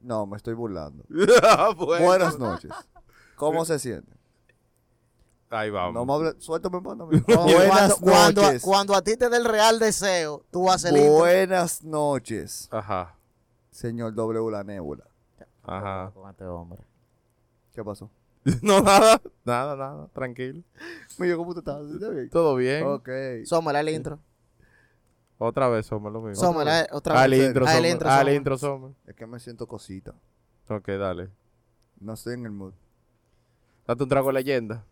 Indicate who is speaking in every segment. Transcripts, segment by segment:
Speaker 1: No, me estoy burlando.
Speaker 2: Bueno.
Speaker 1: Buenas noches. ¿Cómo se siente?
Speaker 2: Ahí vamos.
Speaker 1: No me hable, suéltame, mano.
Speaker 3: Cuando,
Speaker 1: Buenas
Speaker 3: cuando,
Speaker 1: noches.
Speaker 3: cuando a ti te dé el real deseo, tú vas a el intro.
Speaker 1: Buenas noches,
Speaker 2: Ajá.
Speaker 1: señor W la nébula.
Speaker 2: Ajá.
Speaker 3: Con este hombre.
Speaker 1: ¿Qué pasó?
Speaker 2: No, nada. Nada, nada. Tranquilo.
Speaker 1: Mira, ¿cómo tú estás? ¿Está bien?
Speaker 2: Todo bien.
Speaker 1: Ok.
Speaker 3: Sómala el intro.
Speaker 2: Otra vez somos lo mismo.
Speaker 3: Sómala eh, otra vez.
Speaker 2: Al intro,
Speaker 3: Al
Speaker 2: somos-
Speaker 3: intro,
Speaker 2: Al
Speaker 3: somos.
Speaker 2: intro somos.
Speaker 1: Es que me siento cosita.
Speaker 2: Ok, dale.
Speaker 1: No estoy en el mood.
Speaker 2: Date un trago de leyenda. Ah,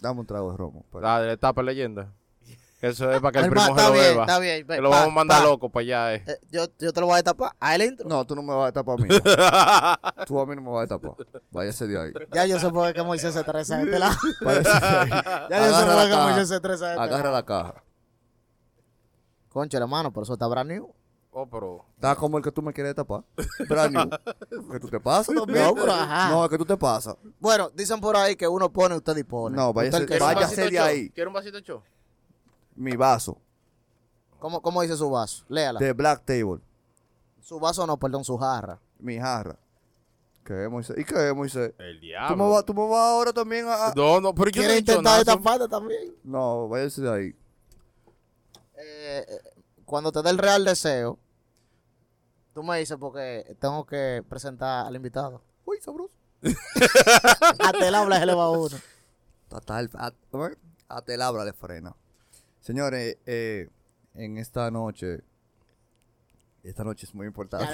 Speaker 1: Dame un trago de romo. pero-
Speaker 2: Dale, tapa leyenda. Eso es para que el
Speaker 3: Hermano,
Speaker 2: primo se
Speaker 3: está
Speaker 2: lo
Speaker 3: bien,
Speaker 2: beba.
Speaker 3: está bien.
Speaker 2: Que lo
Speaker 3: Pa,
Speaker 2: vamos a mandar
Speaker 3: pa.
Speaker 2: loco para allá, eh.
Speaker 3: Eh, yo, yo te lo voy a tapar. Al intro.
Speaker 1: No, tú no me vas a tapar a mí. tú a mí no me vas a tapar. Váyase de ahí.
Speaker 3: Ya yo sé por qué Moisés se estresa de este lado.
Speaker 1: Váyase de ahí.
Speaker 3: Ya yo sé
Speaker 1: Agarra
Speaker 3: por
Speaker 1: la
Speaker 3: qué
Speaker 1: caja.
Speaker 3: Moisés se estresa de este
Speaker 1: Agarra
Speaker 3: lado.
Speaker 1: la caja.
Speaker 3: Concho, hermano, por eso está brand new.
Speaker 2: Oh, pero.
Speaker 1: Está como el que tú me quieres tapar. Brand new. Que tú te pasas también.
Speaker 3: No, pero ajá.
Speaker 1: No, es que tú te pasas.
Speaker 3: Bueno, dicen por ahí que uno pone, usted dispone.
Speaker 1: No,
Speaker 3: Usted
Speaker 1: váyase-
Speaker 3: el que
Speaker 1: Vaya
Speaker 3: sabe.
Speaker 1: váyase. ser de ahí.
Speaker 2: ¿Quieres un vasito cho?
Speaker 1: Mi vaso
Speaker 3: ¿Cómo, ¿Cómo dice su vaso? Léala.
Speaker 1: de Black Table.
Speaker 3: Su vaso no, perdón, su jarra.
Speaker 1: Mi jarra. ¿Qué es Moisés? ¿Y qué es Moisés? ¿Tú
Speaker 2: El diablo.
Speaker 1: me, vas, ¿Tú me vas ahora también a...? a-
Speaker 2: No, no, pero yo no
Speaker 3: ¿Quiere
Speaker 2: he dicho
Speaker 3: intentar
Speaker 2: nada.
Speaker 3: esta parte también?
Speaker 1: No, váyase de ahí.
Speaker 3: Eh, eh, cuando te dé el real deseo, tú me dices porque tengo que presentar al invitado.
Speaker 1: Uy, sabroso.
Speaker 3: Hasta el habla se le va uno.
Speaker 1: Total, a, ¿cómo es? a telabra le frena. Señores, eh, en esta noche... Esta noche es muy importante.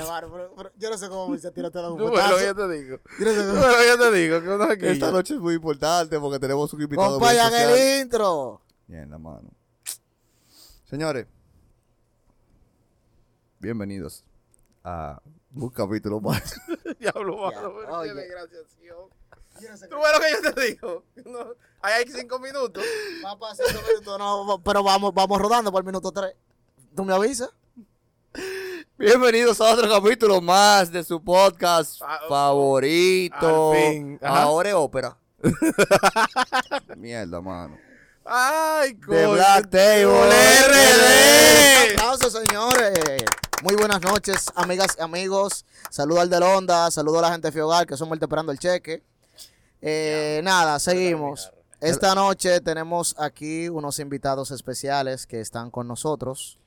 Speaker 3: yo no sé cómo Moisés tira todo
Speaker 2: Tú ves lo que yo te digo.
Speaker 3: Yo no sé
Speaker 2: Tú
Speaker 3: cómo.
Speaker 2: ves lo que yo te digo. Que uno aquí.
Speaker 1: Esta noche es muy importante porque tenemos un invitado muy
Speaker 3: Acompañan
Speaker 1: especial.
Speaker 3: el intro.
Speaker 1: Bien, la mano. Señores, bienvenidos a un capítulo más.
Speaker 2: Diablo,
Speaker 3: Ya,
Speaker 2: mano. pero
Speaker 3: oye.
Speaker 2: Qué desgraciación. Tú ves lo que yo te digo. No, ahí hay cinco minutos.
Speaker 3: Va a pasar dos minutos, no, pero vamos, vamos rodando por el minuto tres. ¿Tú me avisas?
Speaker 1: bienvenidos a otro capítulo más de su podcast
Speaker 2: Ah, oh,
Speaker 1: favorito.
Speaker 2: al fin, ajá.
Speaker 1: Ahora es ópera. Mierda, mano.
Speaker 2: Ay,
Speaker 1: De
Speaker 2: coño.
Speaker 1: Black Table.
Speaker 2: RD.
Speaker 3: Un aplauso, señores. Muy buenas noches, amigas y amigos. Saludo al del Onda, saludo a la gente de Fiogal, que somos el de esperando el cheque. Eh, nada, seguimos. Esta noche tenemos aquí unos invitados especiales que están con nosotros.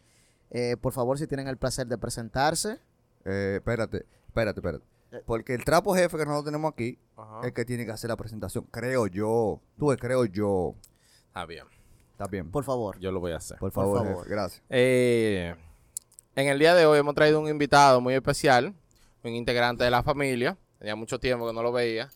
Speaker 3: Eh, por favor, si tienen el placer de presentarse.
Speaker 1: Eh, espérate, espérate, espérate. Porque el trapo jefe que nosotros tenemos aquí
Speaker 2: Eh. Ajá.
Speaker 1: es que tiene que hacer la presentación. Creo yo. Tú ves, creo yo.
Speaker 2: Está Ah, bien.
Speaker 1: Está bien. Por,
Speaker 3: Por favor.
Speaker 2: Yo lo voy a hacer.
Speaker 1: favor,
Speaker 3: favor.
Speaker 1: jefe, gracias.
Speaker 2: Eh, en el día de hoy hemos traído un invitado muy especial, un integrante de la familia. Tenía mucho tiempo que no lo veía.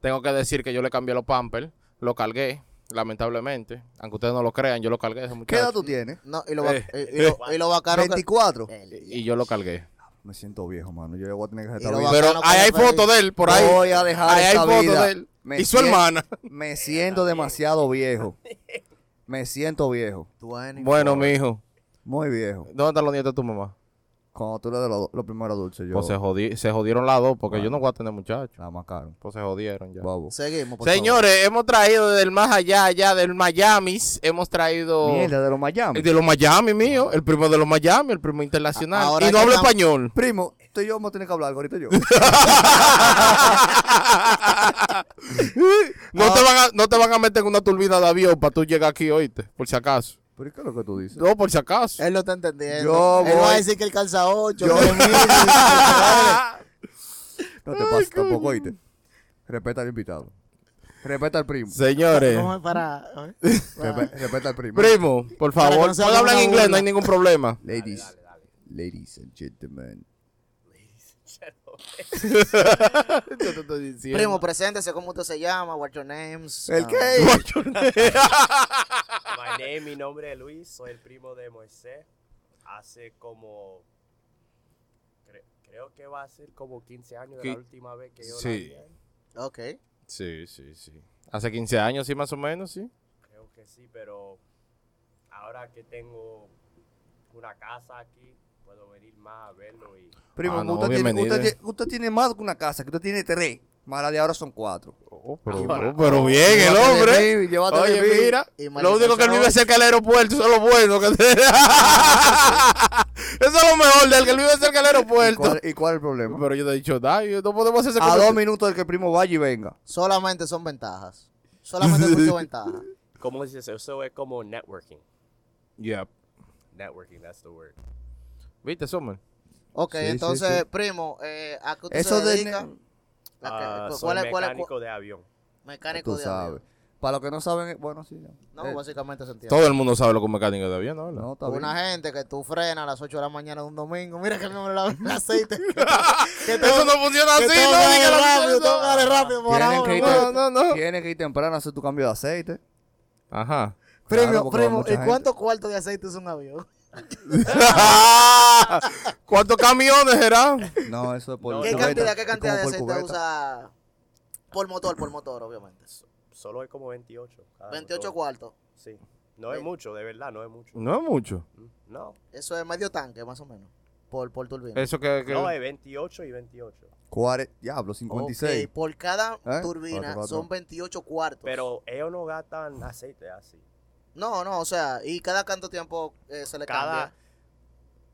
Speaker 2: Tengo que decir que yo le cambié los pampers, lo cargué, lamentablemente. Aunque ustedes no lo crean, yo lo cargué a ese
Speaker 1: ¿Qué edad
Speaker 2: muchacho.
Speaker 1: tú tienes?
Speaker 3: No, y lo, va-
Speaker 1: Eh.
Speaker 3: y, y lo, y lo bacano que-
Speaker 1: 24.
Speaker 2: Y yo lo cargué.
Speaker 1: Me siento viejo, mano. Yo ya voy a tener que
Speaker 3: Y
Speaker 1: estar
Speaker 3: lo
Speaker 1: bien.
Speaker 3: va-
Speaker 2: Pero
Speaker 3: Bacano
Speaker 2: ahí hay
Speaker 3: con el
Speaker 2: fotos de él por ahí.
Speaker 1: Voy a dejar
Speaker 2: ahí hay
Speaker 1: esta
Speaker 2: fotos
Speaker 1: vida.
Speaker 2: de él.
Speaker 1: Me
Speaker 2: y su
Speaker 1: siento-
Speaker 2: hermana.
Speaker 1: Me siento demasiado viejo. Me siento viejo.
Speaker 2: Bueno, mijo,
Speaker 1: Muy viejo.
Speaker 2: ¿dónde están los nietos de tu mamá?
Speaker 1: Cuando tú le das lo, lo primero dulce, yo.
Speaker 2: Pues se, jodi- se jodieron las dos,
Speaker 3: Ah.
Speaker 2: porque
Speaker 1: Bueno.
Speaker 2: yo no voy a tener muchachos.
Speaker 1: La mataron.
Speaker 2: Pues se jodieron ya.
Speaker 1: Babo.
Speaker 3: Seguimos, por
Speaker 2: Señores, hemos traído del más allá, allá del Miami, hemos traído
Speaker 1: Mierda, de los Miami.
Speaker 2: el de los Miami mío, el primo de los Miami, el primo internacional.
Speaker 3: A- ahora
Speaker 2: y no
Speaker 3: que
Speaker 2: habla
Speaker 3: estamos-
Speaker 2: español.
Speaker 1: Primo, tú y yo vamos a tener que hablar ahorita yo.
Speaker 2: no, te van a, no te van a meter en una turbina de avión para tú llegar aquí, oíste, por si acaso.
Speaker 1: ¿Pero qué es lo que tú dices?
Speaker 2: No, por si acaso.
Speaker 3: favor. Él lo está entendiendo.
Speaker 1: Yo
Speaker 3: Él va a
Speaker 1: voy-
Speaker 3: decir que él calza 8.
Speaker 1: Yo- No te pases tampoco, oíste. Respeta al invitado. Respeta al primo.
Speaker 2: Señores,
Speaker 3: ¿Cómo es para? ¿eh?
Speaker 1: Respe- respeta al primo.
Speaker 2: primo, por
Speaker 3: Para que
Speaker 2: favor,
Speaker 3: no se
Speaker 2: puede
Speaker 3: haga
Speaker 2: hablar en
Speaker 3: una
Speaker 2: inglés, no
Speaker 3: burla.
Speaker 2: hay ningún problema.
Speaker 1: Ladies. Ladies and gentlemen.
Speaker 3: Primo, preséntese, ¿cómo usted se llama? What's your names?
Speaker 1: ¿El
Speaker 3: Ah,
Speaker 1: qué?
Speaker 4: My name, mi nombre es Luis, soy el primo de Moisés. Hace como. cre- creo que va a ser como 15 años de la
Speaker 2: Qui-
Speaker 4: última vez que yo. la
Speaker 2: Sí.
Speaker 4: vi.
Speaker 3: Ah, Ok.
Speaker 2: Sí, sí, sí. Hace 15 años, sí, más o menos, sí.
Speaker 4: Creo que sí, pero ahora que tengo una casa aquí, puedo venir más a verlo y.
Speaker 1: Primo,
Speaker 2: Ah, no,
Speaker 1: usted, tiene,
Speaker 2: bienvenido.
Speaker 1: usted, tiene- usted tiene más que una casa, que usted tiene tres. Más la de ahora son cuatro.
Speaker 2: oh,
Speaker 3: Ah,
Speaker 2: pero, oh, pero bien el
Speaker 1: Llévatele,
Speaker 2: hombre.
Speaker 1: baby, llévatele,
Speaker 2: Oye,
Speaker 1: baby.
Speaker 2: mira.
Speaker 3: Y
Speaker 2: Lo único que él vive
Speaker 3: maldita
Speaker 2: cerca del aeropuerto. Eso es lo bueno. Que eso es lo mejor del que él vive cerca del
Speaker 1: ¿Y
Speaker 2: aeropuerto.
Speaker 1: cuál, y cuál es el problema?
Speaker 2: Pero yo te he dicho, Dai, no podemos hacer ese
Speaker 1: A
Speaker 2: comentario".
Speaker 1: dos minutos de que el primo vaya y venga.
Speaker 3: Solamente son ventajas. Solamente son ventajas.
Speaker 4: ¿Cómo se dice eso? Es como networking.
Speaker 2: Yep.
Speaker 4: Networking, that's the word.
Speaker 2: ¿Viste, Summer?
Speaker 3: Ok,
Speaker 1: Sí, sí,
Speaker 3: entonces,
Speaker 1: sí.
Speaker 3: primo, eh, ¿a qué usted
Speaker 1: Eso
Speaker 3: se
Speaker 1: de
Speaker 3: dedica?
Speaker 1: ne-
Speaker 3: La que-
Speaker 4: Ah,
Speaker 3: cu-
Speaker 4: soy
Speaker 3: ¿Cuál es? ¿Cuál es?
Speaker 4: mecánico
Speaker 3: cu-
Speaker 4: de avión.
Speaker 3: Mecánico
Speaker 1: Tú
Speaker 3: de avión.
Speaker 1: sabes. Para los que no saben, eh, bueno, sí. ya.
Speaker 3: No,
Speaker 1: Eh,
Speaker 3: básicamente se entiende.
Speaker 2: Todo el mundo sabe lo que es un mecánico de avión, ¿no?
Speaker 1: no, está bien.
Speaker 3: Una gente que tú frenas a las 8 de la mañana de un domingo. Mira que el nombre la el aceite. que todo-
Speaker 2: Eso no funciona
Speaker 3: que
Speaker 2: así,
Speaker 3: todo
Speaker 2: ¿no? Ni
Speaker 3: gale
Speaker 2: que la-
Speaker 3: rápido, todo gale rápido, por
Speaker 1: Tienen
Speaker 3: ahora,
Speaker 1: que ir
Speaker 3: ¿no?
Speaker 2: No, no, no.
Speaker 1: Tienes que ir temprano a hacer tu cambio de aceite.
Speaker 2: Ajá.
Speaker 3: Primo,
Speaker 1: Claro, porque va
Speaker 3: primo,
Speaker 1: mucha
Speaker 3: ¿y
Speaker 1: gente.
Speaker 3: cuántos cuartos de aceite es un avión?
Speaker 2: ¿Cuántos camiones será?
Speaker 1: No, eso es por
Speaker 4: No,
Speaker 3: ¿Qué
Speaker 4: no,
Speaker 1: cubeta,
Speaker 3: cantidad,
Speaker 1: es
Speaker 3: qué
Speaker 1: como
Speaker 3: cantidad de
Speaker 1: por
Speaker 3: aceite
Speaker 1: cubeta.
Speaker 3: usa? Por motor, por motor, obviamente.
Speaker 4: Solo es como 28. cada
Speaker 3: 28
Speaker 4: motor.
Speaker 3: cuartos.
Speaker 4: Sí. No es mucho, de verdad, no es mucho.
Speaker 2: No es mucho.
Speaker 4: Mm, No.
Speaker 3: Eso es medio tanque, más o menos. Por, por turbina.
Speaker 2: Eso que. que-
Speaker 4: No, es 28 y 28.
Speaker 1: Cuare- Diablo, 56.
Speaker 3: Ok, por cada
Speaker 1: ¿Eh?
Speaker 3: turbina
Speaker 1: Cuatro, cuatro.
Speaker 3: son 28 cuartos.
Speaker 4: Pero ellos no gastan aceite así.
Speaker 3: No, no, o sea, ¿y cada cuánto tiempo eh, se le
Speaker 4: Cada,
Speaker 3: cambia?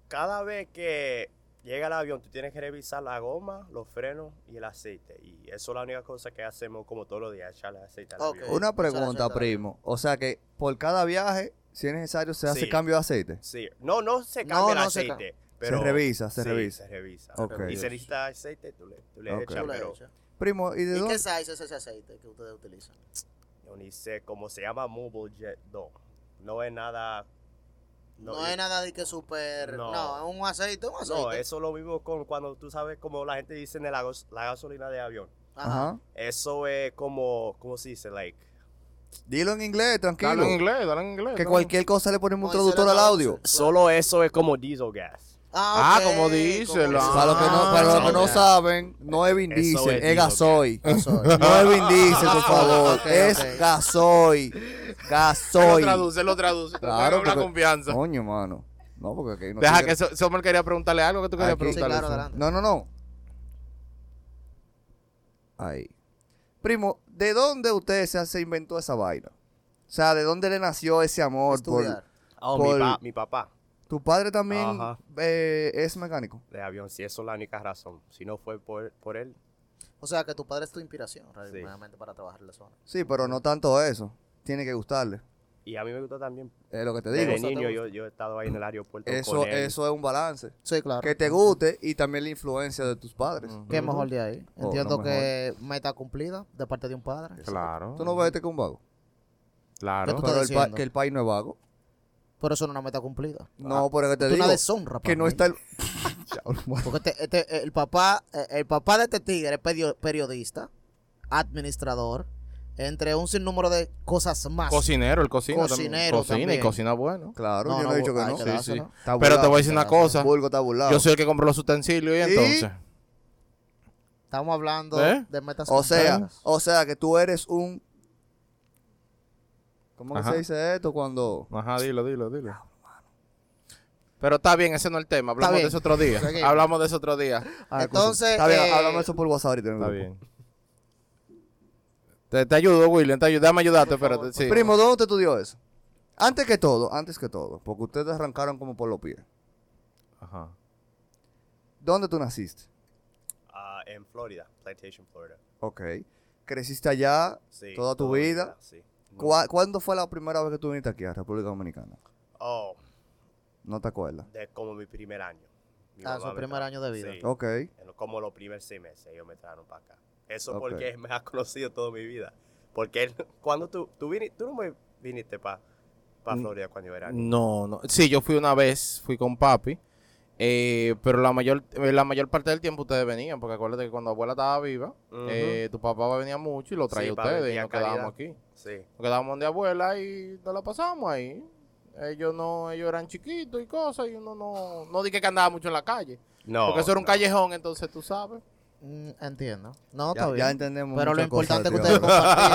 Speaker 4: cada vez que llega el avión, tú tienes que revisar la goma, los frenos y el aceite. Y eso es la única cosa que hacemos como todos los días, echarle aceite al
Speaker 3: Ok.
Speaker 4: avión.
Speaker 1: Una pregunta,
Speaker 3: aceite.
Speaker 1: primo. O sea que por cada viaje, si es necesario, se hace
Speaker 4: Sí.
Speaker 1: cambio de aceite.
Speaker 4: Sí. No, no se
Speaker 3: No,
Speaker 4: cambia el
Speaker 3: no se ca-
Speaker 4: aceite. pero
Speaker 1: revisa, se
Speaker 4: sí,
Speaker 1: revisa.
Speaker 4: Se revisa.
Speaker 1: Ok.
Speaker 4: Y se necesita aceite, tú le, tú le
Speaker 1: Ok.
Speaker 4: echas,
Speaker 3: Tú le
Speaker 4: pero
Speaker 3: echas.
Speaker 1: Primo, ¿y de
Speaker 3: ¿Y
Speaker 1: dónde?
Speaker 3: qué size es ese aceite que ustedes utilizan?
Speaker 4: yo ni sé cómo se llama Mobile Jet 2. No es nada.
Speaker 3: No,
Speaker 4: yo-
Speaker 3: es nada de que súper... No.
Speaker 4: No.
Speaker 3: es un aceite, un aceite.
Speaker 4: No, eso es lo mismo con cuando tú sabes como la gente dice de la, gos- la gasolina de avión.
Speaker 3: Ajá.
Speaker 1: Ajá.
Speaker 4: Eso es como, ¿cómo se dice? Like,
Speaker 1: Dilo en inglés,
Speaker 2: Dale en
Speaker 1: tranquilo.
Speaker 2: inglés, dale en inglés.
Speaker 1: Que
Speaker 2: dale.
Speaker 1: cualquier cosa le ponemos un
Speaker 3: Como dice
Speaker 1: traductor al
Speaker 3: la-
Speaker 1: audio.
Speaker 4: solo eso es como diesel gas.
Speaker 2: Ah,
Speaker 3: ok,
Speaker 2: como dice,
Speaker 3: como
Speaker 2: la-
Speaker 3: dice.
Speaker 1: Para los que no, para los que no
Speaker 4: Ah,
Speaker 1: saben, no es Vin
Speaker 4: Eso es
Speaker 1: Diesel, es,
Speaker 4: Diesel.
Speaker 1: gasoil.
Speaker 3: Gasoil.
Speaker 1: No es Vin Diesel, por favor.
Speaker 3: Ok,
Speaker 1: es
Speaker 3: ok.
Speaker 1: gasoil.
Speaker 2: Lo
Speaker 1: Gasoil.
Speaker 2: traduce, lo traduce. Te
Speaker 1: Claro,
Speaker 2: tengo la
Speaker 1: porque-
Speaker 2: confianza.
Speaker 1: Coño, mano. No, porque aquí no
Speaker 2: Deja que So- Sommer quería preguntarle algo que tú querías
Speaker 1: Aquí-
Speaker 3: Sí,
Speaker 2: preguntarle.
Speaker 3: claro, adelante.
Speaker 1: No, no, no. Ahí. Primo, ¿de dónde usted se, se inventó esa vaina? O sea, ¿de dónde le nació ese amor? por-
Speaker 3: Estudiar.
Speaker 4: Oh,
Speaker 1: Por-
Speaker 4: mi, pa- mi papá
Speaker 1: ¿Tu padre también
Speaker 4: Ajá.
Speaker 1: eh, es mecánico?
Speaker 4: de avión, si eso es la única razón. Si no fue por, por él,
Speaker 3: O sea, que tu padre es tu inspiración,
Speaker 4: Sí.
Speaker 3: realmente, para trabajar en la zona.
Speaker 1: Sí, pero no tanto eso. Tiene que gustarle.
Speaker 4: y a mí me gustó también.
Speaker 1: Es lo que te
Speaker 4: Desde
Speaker 1: digo.
Speaker 3: gusta, te
Speaker 4: niño
Speaker 3: gusta.
Speaker 4: yo, yo he estado ahí en el aeropuerto
Speaker 1: Eso,
Speaker 4: con él.
Speaker 1: eso es un balance.
Speaker 3: Sí, claro.
Speaker 1: Que te guste y también la influencia de tus padres.
Speaker 3: ¿Qué mejor de ahí?
Speaker 1: Oh,
Speaker 3: Entiendo
Speaker 1: no,
Speaker 3: que meta cumplida de parte de un padre.
Speaker 2: Claro.
Speaker 1: Tú no ves este que es un vago.
Speaker 2: Claro.
Speaker 3: ¿Qué tú-
Speaker 1: Pero el pa-
Speaker 3: diciendo.
Speaker 1: que el país no es vago.
Speaker 3: Pero eso no es una meta cumplida.
Speaker 1: No, pero que te
Speaker 3: Es
Speaker 1: digo
Speaker 3: una deshonra para
Speaker 1: que no
Speaker 3: mí.
Speaker 1: está el... Diablo, mano.
Speaker 3: Porque este- este- el, papá, eh, el papá de este tigre es perio- periodista, administrador, entre un sinnúmero de cosas más.
Speaker 2: Cocinero, el cocina. también.
Speaker 3: Cocinero
Speaker 2: Cocina y
Speaker 3: también.
Speaker 2: cocina bueno.
Speaker 1: Claro,
Speaker 3: No,
Speaker 1: yo no,
Speaker 3: no,
Speaker 1: he dicho que
Speaker 3: hay
Speaker 1: no.
Speaker 3: que
Speaker 1: Sí,
Speaker 3: dárselo.
Speaker 1: sí. Está
Speaker 2: Pero te
Speaker 1: burlado.
Speaker 2: voy a decir una cosa.
Speaker 1: Vulgo está burlado.
Speaker 2: Yo soy el que compró los utensilios y
Speaker 1: ¿Y?
Speaker 2: entonces.
Speaker 3: Estamos hablando
Speaker 2: ¿Eh?
Speaker 3: de metas
Speaker 1: O sea,
Speaker 3: cumplidas.
Speaker 1: o sea que tú eres un ¿Cómo que
Speaker 2: Ajá.
Speaker 1: se dice esto cuando
Speaker 2: Ajá, dilo, dilo, dilo. Pero está bien, ese no es el tema.
Speaker 3: Está
Speaker 2: Hablamos de
Speaker 3: bien.
Speaker 2: eso otro día.
Speaker 3: Seguimos.
Speaker 2: Hablamos de eso otro día.
Speaker 1: Ah,
Speaker 3: Entonces,
Speaker 1: excusa. Está bien,
Speaker 3: eh,
Speaker 1: háblame eso por WhatsApp ahorita. en el
Speaker 2: Está
Speaker 1: grupo.
Speaker 2: bien. Te, te ayudo, William. Te ayudo. Déjame ayudarte, espérate. Sí.
Speaker 1: Primo, ¿dónde usted estudió eso? Antes que todo, antes que todo, porque ustedes arrancaron como por los pies.
Speaker 2: Ajá.
Speaker 1: ¿Dónde tú naciste?
Speaker 4: Ah, en Florida, Plantation, Florida.
Speaker 1: Ok. ¿Creciste allá?
Speaker 4: Sí,
Speaker 1: ¿Toda tu
Speaker 4: toda mi
Speaker 1: vida?
Speaker 4: sí.
Speaker 1: ¿Cuá- ¿Cuándo fue la primera vez que tú viniste aquí a República Dominicana?
Speaker 4: Oh,
Speaker 1: No te acuerdas.
Speaker 4: de como mi primer año. Mi
Speaker 3: Ah,
Speaker 4: mamá
Speaker 3: su
Speaker 4: me
Speaker 3: primer
Speaker 4: trajo.
Speaker 3: año de vida.
Speaker 4: Sí,
Speaker 1: Ok.
Speaker 4: en lo- como los primeros seis meses ellos me trajeron para acá. Eso
Speaker 1: Ok.
Speaker 4: porque me ha conocido toda mi vida. Porque él- cuando tú, tú, viniste, tú no me viniste para
Speaker 2: Mm.
Speaker 4: Florida cuando yo era niño.
Speaker 2: No, no. Sí, yo fui una vez, fui con papi. eh, pero la mayor, eh, la mayor parte del tiempo ustedes venían, porque acuérdate que cuando abuela estaba viva,
Speaker 4: Ujú.
Speaker 2: eh, tu papá venía mucho y lo traía
Speaker 4: Sí,
Speaker 2: a
Speaker 4: para
Speaker 2: ustedes y
Speaker 4: venir a
Speaker 2: nos quedábamos
Speaker 4: calidad.
Speaker 2: aquí.
Speaker 4: Sí.
Speaker 2: Nos quedábamos de abuela y nos la pasamos ahí. Ellos no, ellos eran chiquitos y cosas, y uno no, no dije que andaba mucho en la calle.
Speaker 4: No.
Speaker 2: porque eso era un
Speaker 4: no.
Speaker 2: callejón, entonces tú sabes.
Speaker 3: Mm, entiendo. No,
Speaker 1: Ya-
Speaker 3: está
Speaker 1: ya,
Speaker 3: bien.
Speaker 1: entendemos
Speaker 3: Pero lo
Speaker 1: muchas cosas
Speaker 3: importante es
Speaker 1: de
Speaker 3: que
Speaker 1: ti
Speaker 3: ustedes
Speaker 1: ahora.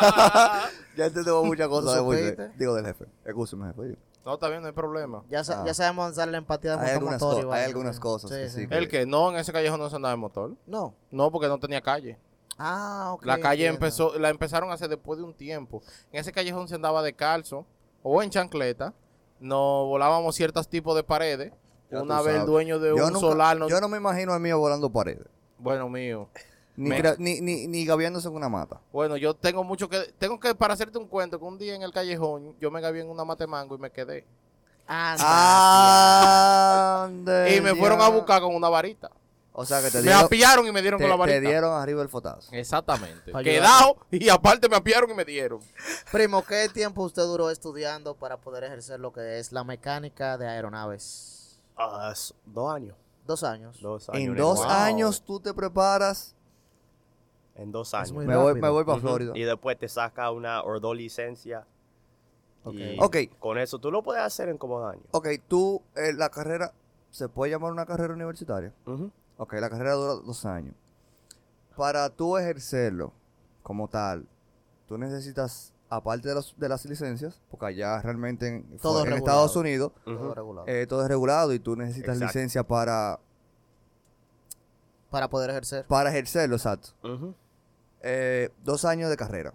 Speaker 3: compartieron.
Speaker 1: Ya entendemos muchas cosas de
Speaker 3: supiste?
Speaker 1: Moisés. Digo, del jefe. Escúchame, jefe.
Speaker 2: No, está bien, no hay problema.
Speaker 3: ya, sa-
Speaker 1: Ah.
Speaker 3: ya sabemos dar la empatía de
Speaker 1: Hay algunas
Speaker 3: motor y
Speaker 1: co- hay
Speaker 3: vaina
Speaker 1: algunas
Speaker 3: también.
Speaker 1: cosas que sí que-
Speaker 2: El que no, en ese callejón no se andaba en motor.
Speaker 3: No,
Speaker 2: No, porque no tenía calle.
Speaker 3: Ah, ok.
Speaker 2: La calle
Speaker 3: entiendo.
Speaker 2: empezó, la empezaron a hacer después de un tiempo. En ese callejón se andaba descalzo o en chancleta. Nos volábamos ciertos tipos de paredes.
Speaker 1: Ya
Speaker 2: Una
Speaker 1: tú
Speaker 2: vez el
Speaker 1: sabes.
Speaker 2: dueño de
Speaker 1: Yo
Speaker 2: un
Speaker 1: nunca-
Speaker 2: solar nos-
Speaker 1: Yo no me imagino al mío volando paredes.
Speaker 2: Bueno, mío.
Speaker 1: Ni,
Speaker 2: Me-
Speaker 1: cra- ni, ni, ni gaviándose en una mata.
Speaker 2: Bueno, yo tengo mucho que... Tengo que, para hacerte un cuento, que un día en el callejón yo me gavé en una mate mango y me quedé.
Speaker 1: Ah. Ande,
Speaker 2: Ah, Y me fueron a
Speaker 1: ya.
Speaker 2: buscar con una varita.
Speaker 1: O sea que te
Speaker 2: Me
Speaker 1: dieron,
Speaker 2: apillaron y me dieron
Speaker 1: te,
Speaker 2: con la
Speaker 1: te
Speaker 2: varita.
Speaker 1: dieron arriba el fotazo.
Speaker 2: Exactamente.
Speaker 3: Pa' ayudarte.
Speaker 2: Quedado y aparte me apiaron y me dieron.
Speaker 3: Primo, ¿qué tiempo usted duró estudiando para poder ejercer lo que es la mecánica de aeronaves?
Speaker 4: Ah, es- dos años.
Speaker 3: Dos años.
Speaker 4: Dos años.
Speaker 1: En
Speaker 4: una
Speaker 1: dos
Speaker 2: wow.
Speaker 4: escuela.
Speaker 1: años tú te preparas.
Speaker 4: En dos años.
Speaker 3: muy
Speaker 1: Me voy,
Speaker 3: rápido.
Speaker 1: me voy para
Speaker 2: Ujú.
Speaker 1: Florida.
Speaker 4: Y después te saca una o dos licencias. Y
Speaker 1: Ok. Ok.
Speaker 4: Con eso tú lo puedes hacer en como dos años.
Speaker 1: Ok, tú, eh, la carrera, ¿se puede llamar una carrera universitaria?
Speaker 4: Ujú.
Speaker 1: Ok, la carrera dura dos años. Para tú ejercerlo como tal, tú necesitas, aparte de, los- de las licencias, porque allá realmente en,
Speaker 3: Todo
Speaker 1: en
Speaker 3: regulado.
Speaker 1: Estados Unidos
Speaker 3: Todo
Speaker 4: Ujú.
Speaker 3: regulado.
Speaker 1: eh, todo es regulado y tú necesitas
Speaker 4: Exacto.
Speaker 1: licencia para,
Speaker 3: para poder ejercer.
Speaker 1: para ejercerlo, exacto.
Speaker 4: Ujú.
Speaker 1: Eh, dos años de carrera.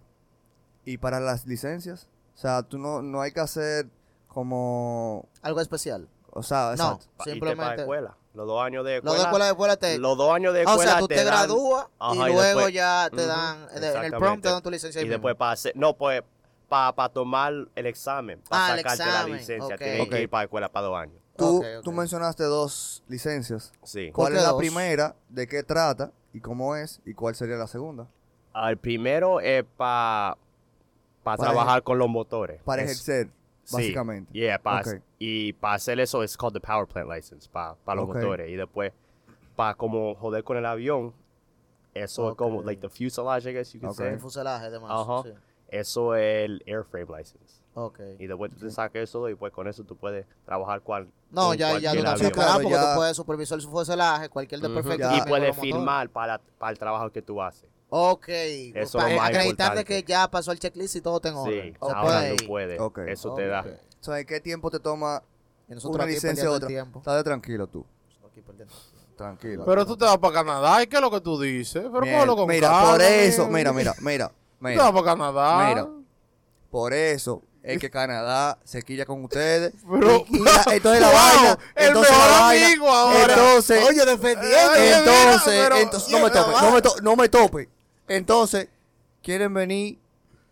Speaker 1: Y para las licencias, o sea, tú no, no hay que hacer como,
Speaker 3: Algo especial.
Speaker 1: o sea, exacto.
Speaker 4: Pa- y te paga
Speaker 3: simplemente.
Speaker 4: escuela. Los dos años de
Speaker 3: Los
Speaker 4: escuela.
Speaker 3: de escuela de escuela te.
Speaker 4: los dos años de
Speaker 3: ah, o
Speaker 4: escuela.
Speaker 3: sea, tú te,
Speaker 4: dan-
Speaker 3: gradúas y
Speaker 4: Ajá, y
Speaker 3: luego
Speaker 4: después-
Speaker 3: ya te
Speaker 4: Ujú,
Speaker 3: dan. de- en el prom
Speaker 4: exactamente.
Speaker 3: te dan tu licencia. ahí
Speaker 4: Y
Speaker 3: mismo.
Speaker 4: después para hacer. No, pues para tomar el examen.
Speaker 3: Ah,
Speaker 4: Para
Speaker 3: el
Speaker 4: sacarte
Speaker 3: examen,
Speaker 4: la licencia.
Speaker 3: ok.
Speaker 4: Tienes
Speaker 1: Ok.
Speaker 4: que ir para escuela para dos años.
Speaker 1: Tú,
Speaker 3: Ok, ok.
Speaker 1: tú mencionaste dos licencias.
Speaker 4: Sí.
Speaker 3: ¿Por
Speaker 1: ¿Cuál
Speaker 3: qué
Speaker 1: es la
Speaker 3: dos?
Speaker 1: primera? ¿De qué trata? ¿Y cómo es? ¿Y cuál sería la segunda?
Speaker 4: El primero es para
Speaker 1: Para
Speaker 4: trabajar con los motores.
Speaker 1: Para
Speaker 4: Es-
Speaker 1: ejercer,
Speaker 4: sí.
Speaker 1: básicamente.
Speaker 4: Yeah, pa-
Speaker 1: Ok.
Speaker 4: Y para hacer eso es called the power plant license, para los
Speaker 1: Ok.
Speaker 4: motores. Y después, para como joder con el avión, eso es como,
Speaker 3: Ok.
Speaker 4: like the fuselage, I guess you could
Speaker 1: Ok.
Speaker 4: say.
Speaker 3: El fuselaje, además.
Speaker 4: Ajá.
Speaker 3: sí.
Speaker 4: Eso es el airframe license.
Speaker 3: Ok.
Speaker 4: Y después tú te sacas eso y pues con eso tú puedes trabajar cual,
Speaker 3: No,
Speaker 4: con
Speaker 3: ya, ya tú
Speaker 4: cualquier
Speaker 1: no
Speaker 3: estás
Speaker 1: avión.
Speaker 3: aclarado
Speaker 1: Claro,
Speaker 3: porque
Speaker 1: ya.
Speaker 3: tú puedes supervisar su fuselaje, cualquier de
Speaker 4: Ujú.
Speaker 3: perfecto.
Speaker 1: Ya.
Speaker 4: Y
Speaker 1: Ah,
Speaker 4: puedes firmar para, para el trabajo que tú haces.
Speaker 3: Ok.
Speaker 4: es
Speaker 3: para
Speaker 4: lo más
Speaker 3: acreditarte
Speaker 4: importante.
Speaker 3: que ya pasó el checklist y todo tengo.
Speaker 4: Sí, ahora tú puedes.
Speaker 1: Ok.
Speaker 4: Eso te da.
Speaker 1: Entonces, ¿qué tiempo te toma una licencia otra?
Speaker 3: Tiempo.
Speaker 1: Estás tranquilo tú.
Speaker 3: Aquí perdiendo el tiempo.
Speaker 1: Tranquilo.
Speaker 2: Pero tú te vas para Canadá, ¿y qué es lo que tú dices? Pero
Speaker 1: Mier-
Speaker 2: cógelo con
Speaker 1: mira,
Speaker 2: calma,
Speaker 1: por eso,
Speaker 2: mier-
Speaker 1: mira, mira, mira,
Speaker 2: Tú te
Speaker 1: mira.
Speaker 2: vas para Canadá.
Speaker 1: Mira. Por eso es que Canadá se quilla con ustedes.
Speaker 2: Pero-
Speaker 1: Y- y la- entonces la
Speaker 2: Wow,
Speaker 1: vaina.
Speaker 2: el
Speaker 1: entonces la
Speaker 2: mejor
Speaker 1: vaina,
Speaker 2: amigo ahora.
Speaker 1: Entonces,
Speaker 3: Oye, defendiendo.
Speaker 2: Oye, mira,
Speaker 1: entonces,
Speaker 2: pero-
Speaker 1: entonces- no me tope,
Speaker 2: Mierda,
Speaker 1: no me, to- no me tope. Entonces, quieren venir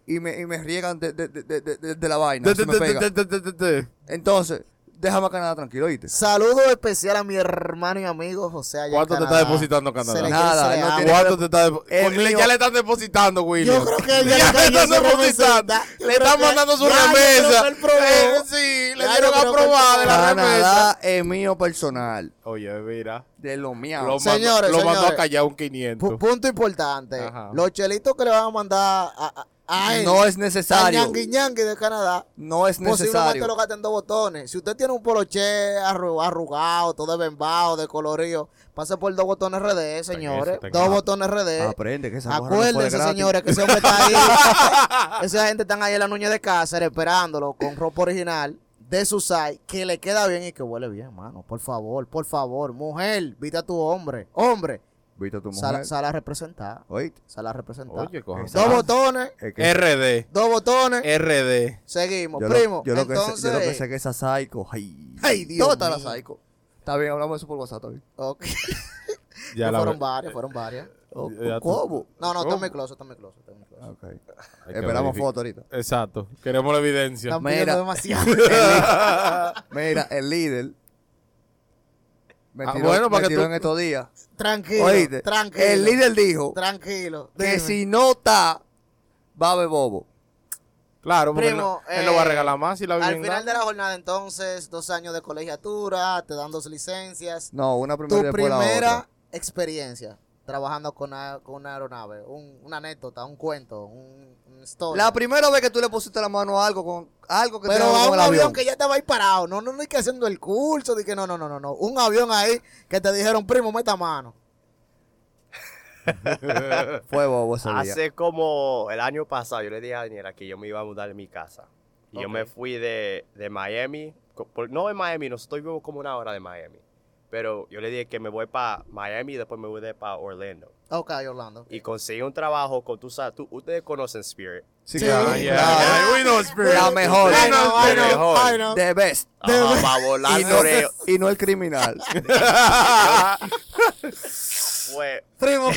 Speaker 1: y me, y me riegan de, de- de- de- de- de la vaina.
Speaker 2: Te-
Speaker 1: se
Speaker 2: te-
Speaker 1: me
Speaker 2: te-
Speaker 1: pega.
Speaker 2: te- te- te- te- te.
Speaker 1: Entonces, déjame a Canadá tranquilo, ¿oíste?
Speaker 3: Saludo especial a mi hermano y amigo José allá en
Speaker 2: ¿Cuánto te
Speaker 3: Canadá.
Speaker 2: está depositando Canadá?
Speaker 3: Se le
Speaker 1: Nada,
Speaker 3: quiere, se le
Speaker 1: no
Speaker 3: ama.
Speaker 1: tiene-
Speaker 2: ¿Cuánto te está depo-
Speaker 1: El
Speaker 2: Oye, le-
Speaker 1: mío-
Speaker 2: Ya le están depositando, William.
Speaker 3: Yo creo que ya le
Speaker 2: ya le
Speaker 3: cayó
Speaker 2: están
Speaker 3: su
Speaker 2: depositando.
Speaker 3: remesita. Yo
Speaker 2: Le
Speaker 3: creo
Speaker 2: están
Speaker 3: que-
Speaker 2: mandando su
Speaker 3: Ya, yo creo
Speaker 2: remesa.
Speaker 3: que él probó.
Speaker 2: Eh, sí, le
Speaker 3: Ya, yo
Speaker 2: dieron
Speaker 3: creo que él
Speaker 2: aprobada de
Speaker 3: probó.
Speaker 2: la remesa.
Speaker 1: Canadá es mío personal.
Speaker 2: Oye, mira.
Speaker 1: De lo mío.
Speaker 2: Lo,
Speaker 3: Señores,
Speaker 2: mandó, lo mandó a
Speaker 3: señores.
Speaker 2: callar un
Speaker 3: Pu-
Speaker 2: 500.
Speaker 3: punto importante.
Speaker 2: Ajá.
Speaker 3: Los chelitos que le van a mandar a, a, a él,
Speaker 1: no es
Speaker 3: a
Speaker 1: necesario.
Speaker 3: Ñangui Ñangui de Canadá,
Speaker 1: No es
Speaker 3: posiblemente
Speaker 1: necesario.
Speaker 3: lo gasten dos botones. Si usted tiene un poloche arru- arrugado, todo bembado, de colorío, pase por dos botones RD, señores.
Speaker 2: eso, ten
Speaker 3: Dos
Speaker 2: eso.
Speaker 3: botones
Speaker 1: Eh,
Speaker 2: Ah,
Speaker 3: RD.
Speaker 1: Aprende que esa gorra no fue
Speaker 3: Acuérdense,
Speaker 1: gratis.
Speaker 3: señores, que ese hombre está ahí. Esa gente están ahí en la Nuñez de Cáceres esperándolo con ropa original de su site, que le queda bien y que huele bien, hermano. Por favor, por favor. Mujer, viste a tu hombre. Hombre,
Speaker 1: Viste a tu mujer.
Speaker 3: sala, sala a representar.
Speaker 1: Oíste.
Speaker 3: Sala a representar.
Speaker 2: Oye, coja.
Speaker 1: Exacto.
Speaker 3: dos botones,
Speaker 1: Es que-
Speaker 2: RD.
Speaker 3: dos botones.
Speaker 2: RD.
Speaker 3: Seguimos,
Speaker 1: Eh, yo lo-
Speaker 3: primo.
Speaker 1: yo lo que sé-
Speaker 3: Entonces,
Speaker 1: yo lo que sé es que esa psycho. Ay,
Speaker 3: Ay, Dios
Speaker 1: ¿Dónde está la
Speaker 3: mío.
Speaker 1: psycho? Está bien, hablamos de eso por WhatsApp. ¿también?
Speaker 3: ok.
Speaker 2: Ya la
Speaker 3: fueron varias, fueron varias.
Speaker 1: Oh,
Speaker 2: Ya tú-
Speaker 1: ¿Cómo?
Speaker 3: No, no, está en mi
Speaker 2: ¿Cómo?
Speaker 3: closet, está en mi closet, está en mi closet.
Speaker 1: Ok. Esperamos
Speaker 2: verificar.
Speaker 1: foto ahorita.
Speaker 2: Exacto. Queremos la evidencia.
Speaker 3: Están
Speaker 1: Mira.
Speaker 3: pidiendo demasiado.
Speaker 1: Mira, el líder. Me
Speaker 2: Ah,
Speaker 1: tiró,
Speaker 2: bueno, para
Speaker 1: me
Speaker 2: que
Speaker 1: tiró
Speaker 2: tú-
Speaker 1: en estos días.
Speaker 3: tranquilo,
Speaker 1: Oíste.
Speaker 3: tranquilo.
Speaker 1: El líder dijo
Speaker 3: Tranquilo.
Speaker 1: que
Speaker 3: dime.
Speaker 1: si no está, va a haber bobo.
Speaker 2: Claro, porque
Speaker 3: Primo,
Speaker 2: él, no- él no va a
Speaker 3: eh,
Speaker 2: regalar más si la
Speaker 3: Al
Speaker 2: viven
Speaker 3: final de
Speaker 2: dando.
Speaker 3: la jornada, entonces, dos años de colegiatura, te dan dos licencias.
Speaker 1: No, una
Speaker 3: Tu
Speaker 1: primera y después la
Speaker 3: primera
Speaker 1: otra.
Speaker 3: experiencia trabajando con una, con una aeronave, un- una anécdota, un cuento, un, un story.
Speaker 1: La primera vez que tú le pusiste la mano a algo con algo que
Speaker 3: Pero
Speaker 1: tenga que ver
Speaker 3: a
Speaker 1: con
Speaker 3: un
Speaker 1: el
Speaker 3: avión. que ya estaba ahí parado. No, no, no hay que haciendo el curso. De que no, no, no, no, no. Un avión ahí que te dijeron, primo, meta mano.
Speaker 1: Fue bobo ese día.
Speaker 4: Hace como el año pasado, yo le dije a Daniela que yo me iba a mudar de mi casa. Y yo me fui de, de Miami. co- por- no en Miami, nosotros vivimos como una hora de Miami. Pero yo le dije que me voy para Miami y después me voy para Orlando.
Speaker 3: Ok, Orlando.
Speaker 4: Y conseguí un trabajo con, tú sabes, tú- ustedes conocen Spirit.
Speaker 1: Sí,
Speaker 3: Sí.
Speaker 1: claro.
Speaker 2: Yeah,
Speaker 1: claro.
Speaker 2: yeah, we know spirit.
Speaker 1: La mejor.
Speaker 3: I know, I
Speaker 4: Pero
Speaker 3: know,
Speaker 4: mejor.
Speaker 3: I know.
Speaker 1: The best.
Speaker 4: Ajá, para volar
Speaker 1: Y no,
Speaker 4: toreo.
Speaker 1: y no el criminal.
Speaker 4: Pues,
Speaker 3: Primo,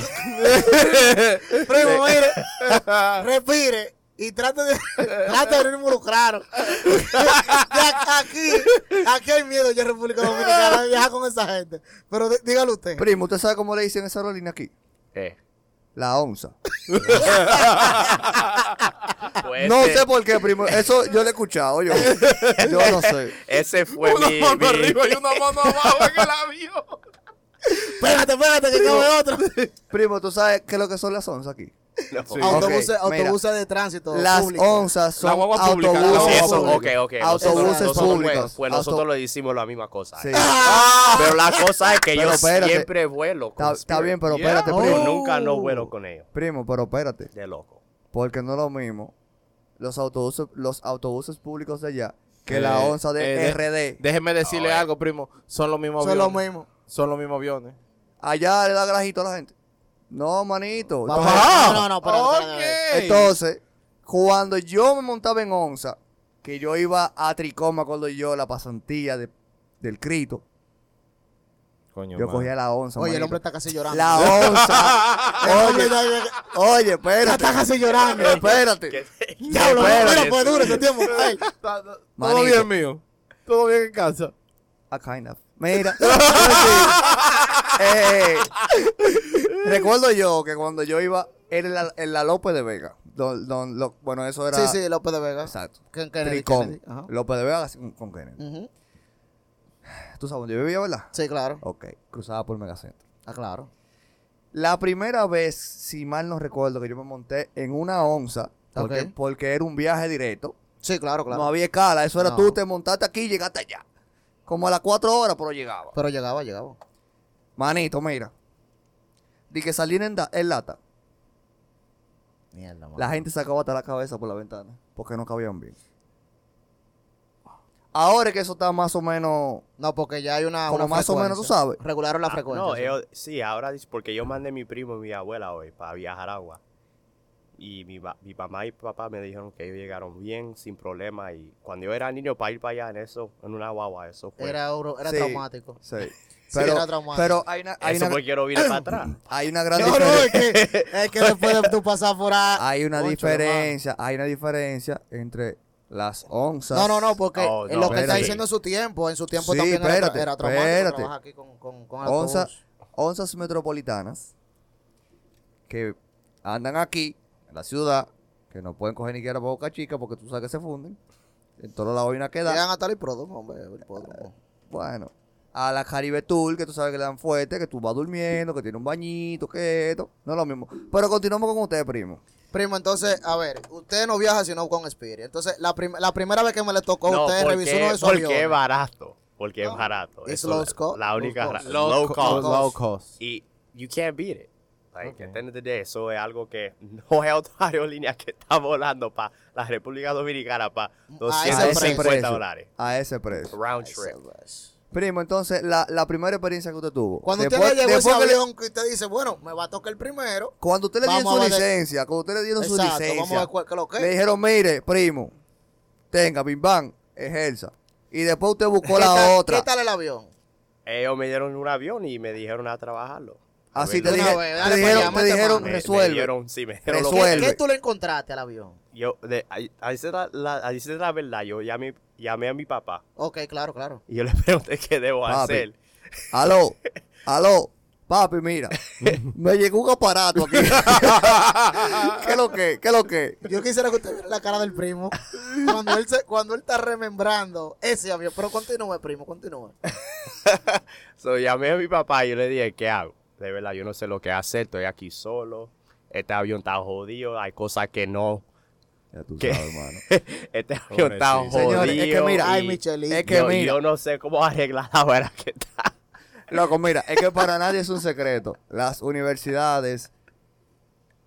Speaker 3: primo, mire, respire y trate de, trate de no involucrar. aquí, aquí hay miedo ya en República Dominicana de viajar con esa gente. Pero dí- dígalo usted.
Speaker 1: Primo, ¿usted sabe cómo le dicen esa aerolínea aquí?
Speaker 4: eh,
Speaker 1: La onza.
Speaker 4: pues
Speaker 1: No
Speaker 4: ese-
Speaker 1: sé por qué, primo. Eso yo lo he escuchado yo. Yo no sé.
Speaker 4: Ese fue
Speaker 2: una
Speaker 4: mi,
Speaker 2: mano
Speaker 4: mi-
Speaker 2: arriba y una mano abajo en el avión.
Speaker 3: Pégate, pégate, que cabe otro.
Speaker 1: Primo, ¿tú sabes qué es lo que son las onzas aquí?
Speaker 4: No.
Speaker 2: Sí.
Speaker 3: Autobuses,
Speaker 1: Ok, mira.
Speaker 3: autobuses de tránsito.
Speaker 1: Las
Speaker 3: público.
Speaker 1: onzas son
Speaker 2: La guagua pública, la
Speaker 1: autobuses.
Speaker 4: Sí,
Speaker 2: guagua
Speaker 4: eso, ok,
Speaker 1: públicos.
Speaker 4: ok.
Speaker 1: Autobuses
Speaker 4: Nosotros- nosotros,
Speaker 1: públicos.
Speaker 4: Pues, pues
Speaker 1: Auto-
Speaker 4: nosotros le decimos la misma cosa.
Speaker 1: Sí.
Speaker 4: ¿eh?
Speaker 3: Ah,
Speaker 1: Ah.
Speaker 4: Pero la cosa es que
Speaker 1: Pero
Speaker 4: yo
Speaker 1: espérate.
Speaker 4: siempre vuelo con
Speaker 1: Está, está
Speaker 4: Spirit.
Speaker 1: bien, pero
Speaker 2: Yeah.
Speaker 1: espérate,
Speaker 4: Pero
Speaker 1: primo.
Speaker 4: nunca no vuelo con ellos.
Speaker 1: Primo, pero espérate.
Speaker 4: De loco.
Speaker 1: Porque no es lo mismo los autobuses, los autobuses públicos de allá que
Speaker 2: Eh,
Speaker 1: la onza de
Speaker 2: eh, de-
Speaker 1: RD.
Speaker 2: Déjeme decirle algo, primo. Son los mismos
Speaker 3: Son
Speaker 2: aviones.
Speaker 3: los mismos.
Speaker 2: Son los mismos aviones.
Speaker 1: Allá le da grajito a la gente. No, manito.
Speaker 3: Vamos
Speaker 1: Entonces-
Speaker 3: a- No, no, no, espérate, espérate,
Speaker 2: Ah. Ok.
Speaker 3: espérate.
Speaker 1: Entonces, cuando yo me montaba en onza, que yo iba a Tricoma cuando yo la pasantía de- del Crito,
Speaker 2: Coño,
Speaker 1: yo
Speaker 2: madre.
Speaker 1: cogía la onza.
Speaker 3: Oye, el
Speaker 1: manito.
Speaker 3: hombre está casi llorando.
Speaker 1: La
Speaker 3: El
Speaker 1: onza.
Speaker 3: hombre
Speaker 1: oye,
Speaker 3: está,
Speaker 1: oye, espérate.
Speaker 3: está casi llorando.
Speaker 1: Espérate.
Speaker 4: Que-
Speaker 3: Diablo,
Speaker 1: Espérate.
Speaker 3: mira, pues dura ese tiempo. Ay.
Speaker 2: Está- está- Todo
Speaker 1: Manito.
Speaker 2: bien, mío. Todo bien en casa.
Speaker 1: A Ah, kind of. Mira. Sí. Eh, recuerdo yo que cuando yo iba era en la, en la López de Vega. don- don- lo- bueno, eso era.
Speaker 3: Sí, sí, López de Vega.
Speaker 1: Exacto.
Speaker 3: Con Kennedy,
Speaker 1: Tricom.
Speaker 3: Kennedy, ajá. Mm.
Speaker 1: López de Vega con, con Kennedy.
Speaker 3: Ujú.
Speaker 1: Tú sabes dónde yo vivía, ¿verdad?
Speaker 3: Sí, claro.
Speaker 1: Ok. Cruzaba por Megacentro.
Speaker 3: Ah, claro.
Speaker 1: La primera vez, si mal no recuerdo, que yo me monté en una onza. Porque,
Speaker 3: Ok.
Speaker 1: porque era un viaje directo.
Speaker 3: Sí, claro, claro.
Speaker 1: No había escala. Eso era
Speaker 3: No.
Speaker 1: tú te montaste aquí y llegaste allá. Como a las cuatro horas, pero llegaba.
Speaker 3: Pero llegaba, llegaba.
Speaker 1: Manito, mira. Di que salir en, da- en lata.
Speaker 3: Mierda,
Speaker 1: La gente sacaba hasta la cabeza por la ventana. Porque no cabían bien. Ahora es que eso está más o menos.
Speaker 3: No, porque ya hay una.
Speaker 1: Como
Speaker 3: una
Speaker 1: más o menos,
Speaker 3: frecuencia.
Speaker 1: tú sabes.
Speaker 3: Regularon la
Speaker 4: Ah,
Speaker 3: frecuencia.
Speaker 4: no,
Speaker 3: sí.
Speaker 4: ellos- sí, ahora dice- porque yo mandé a mi primo y mi abuela hoy para viajar a agua. Y mi, ba- mi mamá y papá me dijeron que ellos llegaron bien, sin problema. Y cuando yo era niño, para ir para allá en eso, en una guagua, eso fue.
Speaker 3: Era, euro- era
Speaker 1: Sí.
Speaker 3: traumático.
Speaker 1: Sí.
Speaker 3: era traumático.
Speaker 1: pero hay una, hay
Speaker 4: eso
Speaker 1: una,
Speaker 4: porque yo no vine para atrás.
Speaker 1: hay una gran
Speaker 3: No, no,
Speaker 1: diferencia.
Speaker 3: es que, es que después de tú pasar por ahí.
Speaker 1: Hay una
Speaker 3: Concho,
Speaker 1: diferencia. Hay una diferencia entre las onzas.
Speaker 3: No, no, no, porque
Speaker 4: Oh,
Speaker 3: eh, lo
Speaker 4: no,
Speaker 3: que está
Speaker 1: espérate.
Speaker 3: diciendo en su tiempo, en su tiempo
Speaker 1: Sí,
Speaker 3: también era tra-
Speaker 1: espérate,
Speaker 3: era traumático.
Speaker 1: espérate.
Speaker 3: trabajar aquí con, con, con autobús.
Speaker 1: Onza- onzas metropolitanas que andan aquí, en la ciudad, que no pueden coger ni siquiera para Boca Chica porque tú sabes que se funden. En todos lados hay una queda.
Speaker 3: Llegan hasta el hipódromo, hombre. El hipódromo.
Speaker 1: Bueno, a la Caribe Tour, que tú sabes que le dan fuerte, que tú vas durmiendo, que tiene un bañito, que esto. No es lo mismo. Pero continuamos con usted, primo.
Speaker 3: Primo, entonces, a ver, usted no viaja sino con Spirit. Entonces, la, prim- la primera vez que me le tocó a
Speaker 4: No,
Speaker 3: usted revisó uno
Speaker 4: porque,
Speaker 3: de sus
Speaker 4: porque es
Speaker 3: aviones.
Speaker 4: barato. Porque es barato.
Speaker 3: It's
Speaker 4: Eso
Speaker 3: low
Speaker 4: la-
Speaker 3: cost.
Speaker 4: La única
Speaker 3: Low
Speaker 4: ra-
Speaker 3: cost.
Speaker 4: low, cost.
Speaker 2: Low cost.
Speaker 4: Y you can't beat it. Like,
Speaker 2: Ok.
Speaker 4: at the end of the day, eso es algo que no hay otra aerolínea que está volando para la República Dominicana para
Speaker 3: ese precio.
Speaker 4: 250 dólares.
Speaker 1: A ese precio.
Speaker 4: Round trip.
Speaker 1: Primo, entonces, la, la primera experiencia que usted tuvo.
Speaker 3: Cuando usted
Speaker 1: Después-
Speaker 3: le llegó ese
Speaker 1: después que le-
Speaker 3: avión, que usted dice, bueno, me va a tocar el primero.
Speaker 1: Cuando usted le dieron
Speaker 3: Vamos
Speaker 1: su
Speaker 3: a ver-
Speaker 1: licencia, cuando usted le dieron su
Speaker 3: Exacto,
Speaker 1: licencia,
Speaker 3: vamos a ver cuál- qué es lo que es.
Speaker 1: le dijeron, mire, primo, tenga, bim bam, ejerza. Y después usted buscó la
Speaker 3: ¿Qué tal-
Speaker 1: otra.
Speaker 3: ¿Qué tal el avión?
Speaker 4: Ellos me dieron un avión y me dijeron a trabajarlo.
Speaker 1: Así Ah, te,
Speaker 4: Una
Speaker 1: dije-
Speaker 3: vez,
Speaker 1: te
Speaker 3: dale pues,
Speaker 1: dijeron,
Speaker 3: pa' allá,
Speaker 1: te dijeron,
Speaker 3: mete mano.
Speaker 4: Me- Me
Speaker 1: resuelve.
Speaker 4: dieron, sí, me dijeron lo
Speaker 1: Resuelve.
Speaker 4: que.
Speaker 3: ¿Qué, qué tú le encontraste al avión?
Speaker 4: Yo, de, ahí- ahí se la, la- ahí se la verdad, yo llamé, llamé a mi papá
Speaker 3: Ok, claro, claro.
Speaker 4: y yo le pregunté qué debo
Speaker 1: Papi.
Speaker 4: hacer.
Speaker 1: Aló, aló, papi, mira, me llegó un aparato aquí. ¿Qué lo que? ¿Qué lo que?
Speaker 3: Yo quisiera que usted viera la cara del primo cuando él, se- cuando él está remembrando ese avión. Pero continúe, primo, continúe.
Speaker 4: So, llamé a mi papá y yo le dije, ¿qué hago? De verdad, yo no sé lo que hacer, estoy aquí solo. Este avión está jodido, hay cosas que no.
Speaker 1: Ya tú
Speaker 4: ¿Qué?
Speaker 1: sabes, hermano.
Speaker 4: Este avión está jodido.
Speaker 2: Pobrecito.
Speaker 1: Señores, es que mira,
Speaker 4: y
Speaker 3: Ay, Michelin.
Speaker 1: Es que
Speaker 4: yo,
Speaker 1: mira,
Speaker 4: yo no sé cómo arreglar la hora que está.
Speaker 1: loco, mira, es que para nadie es un secreto. Las universidades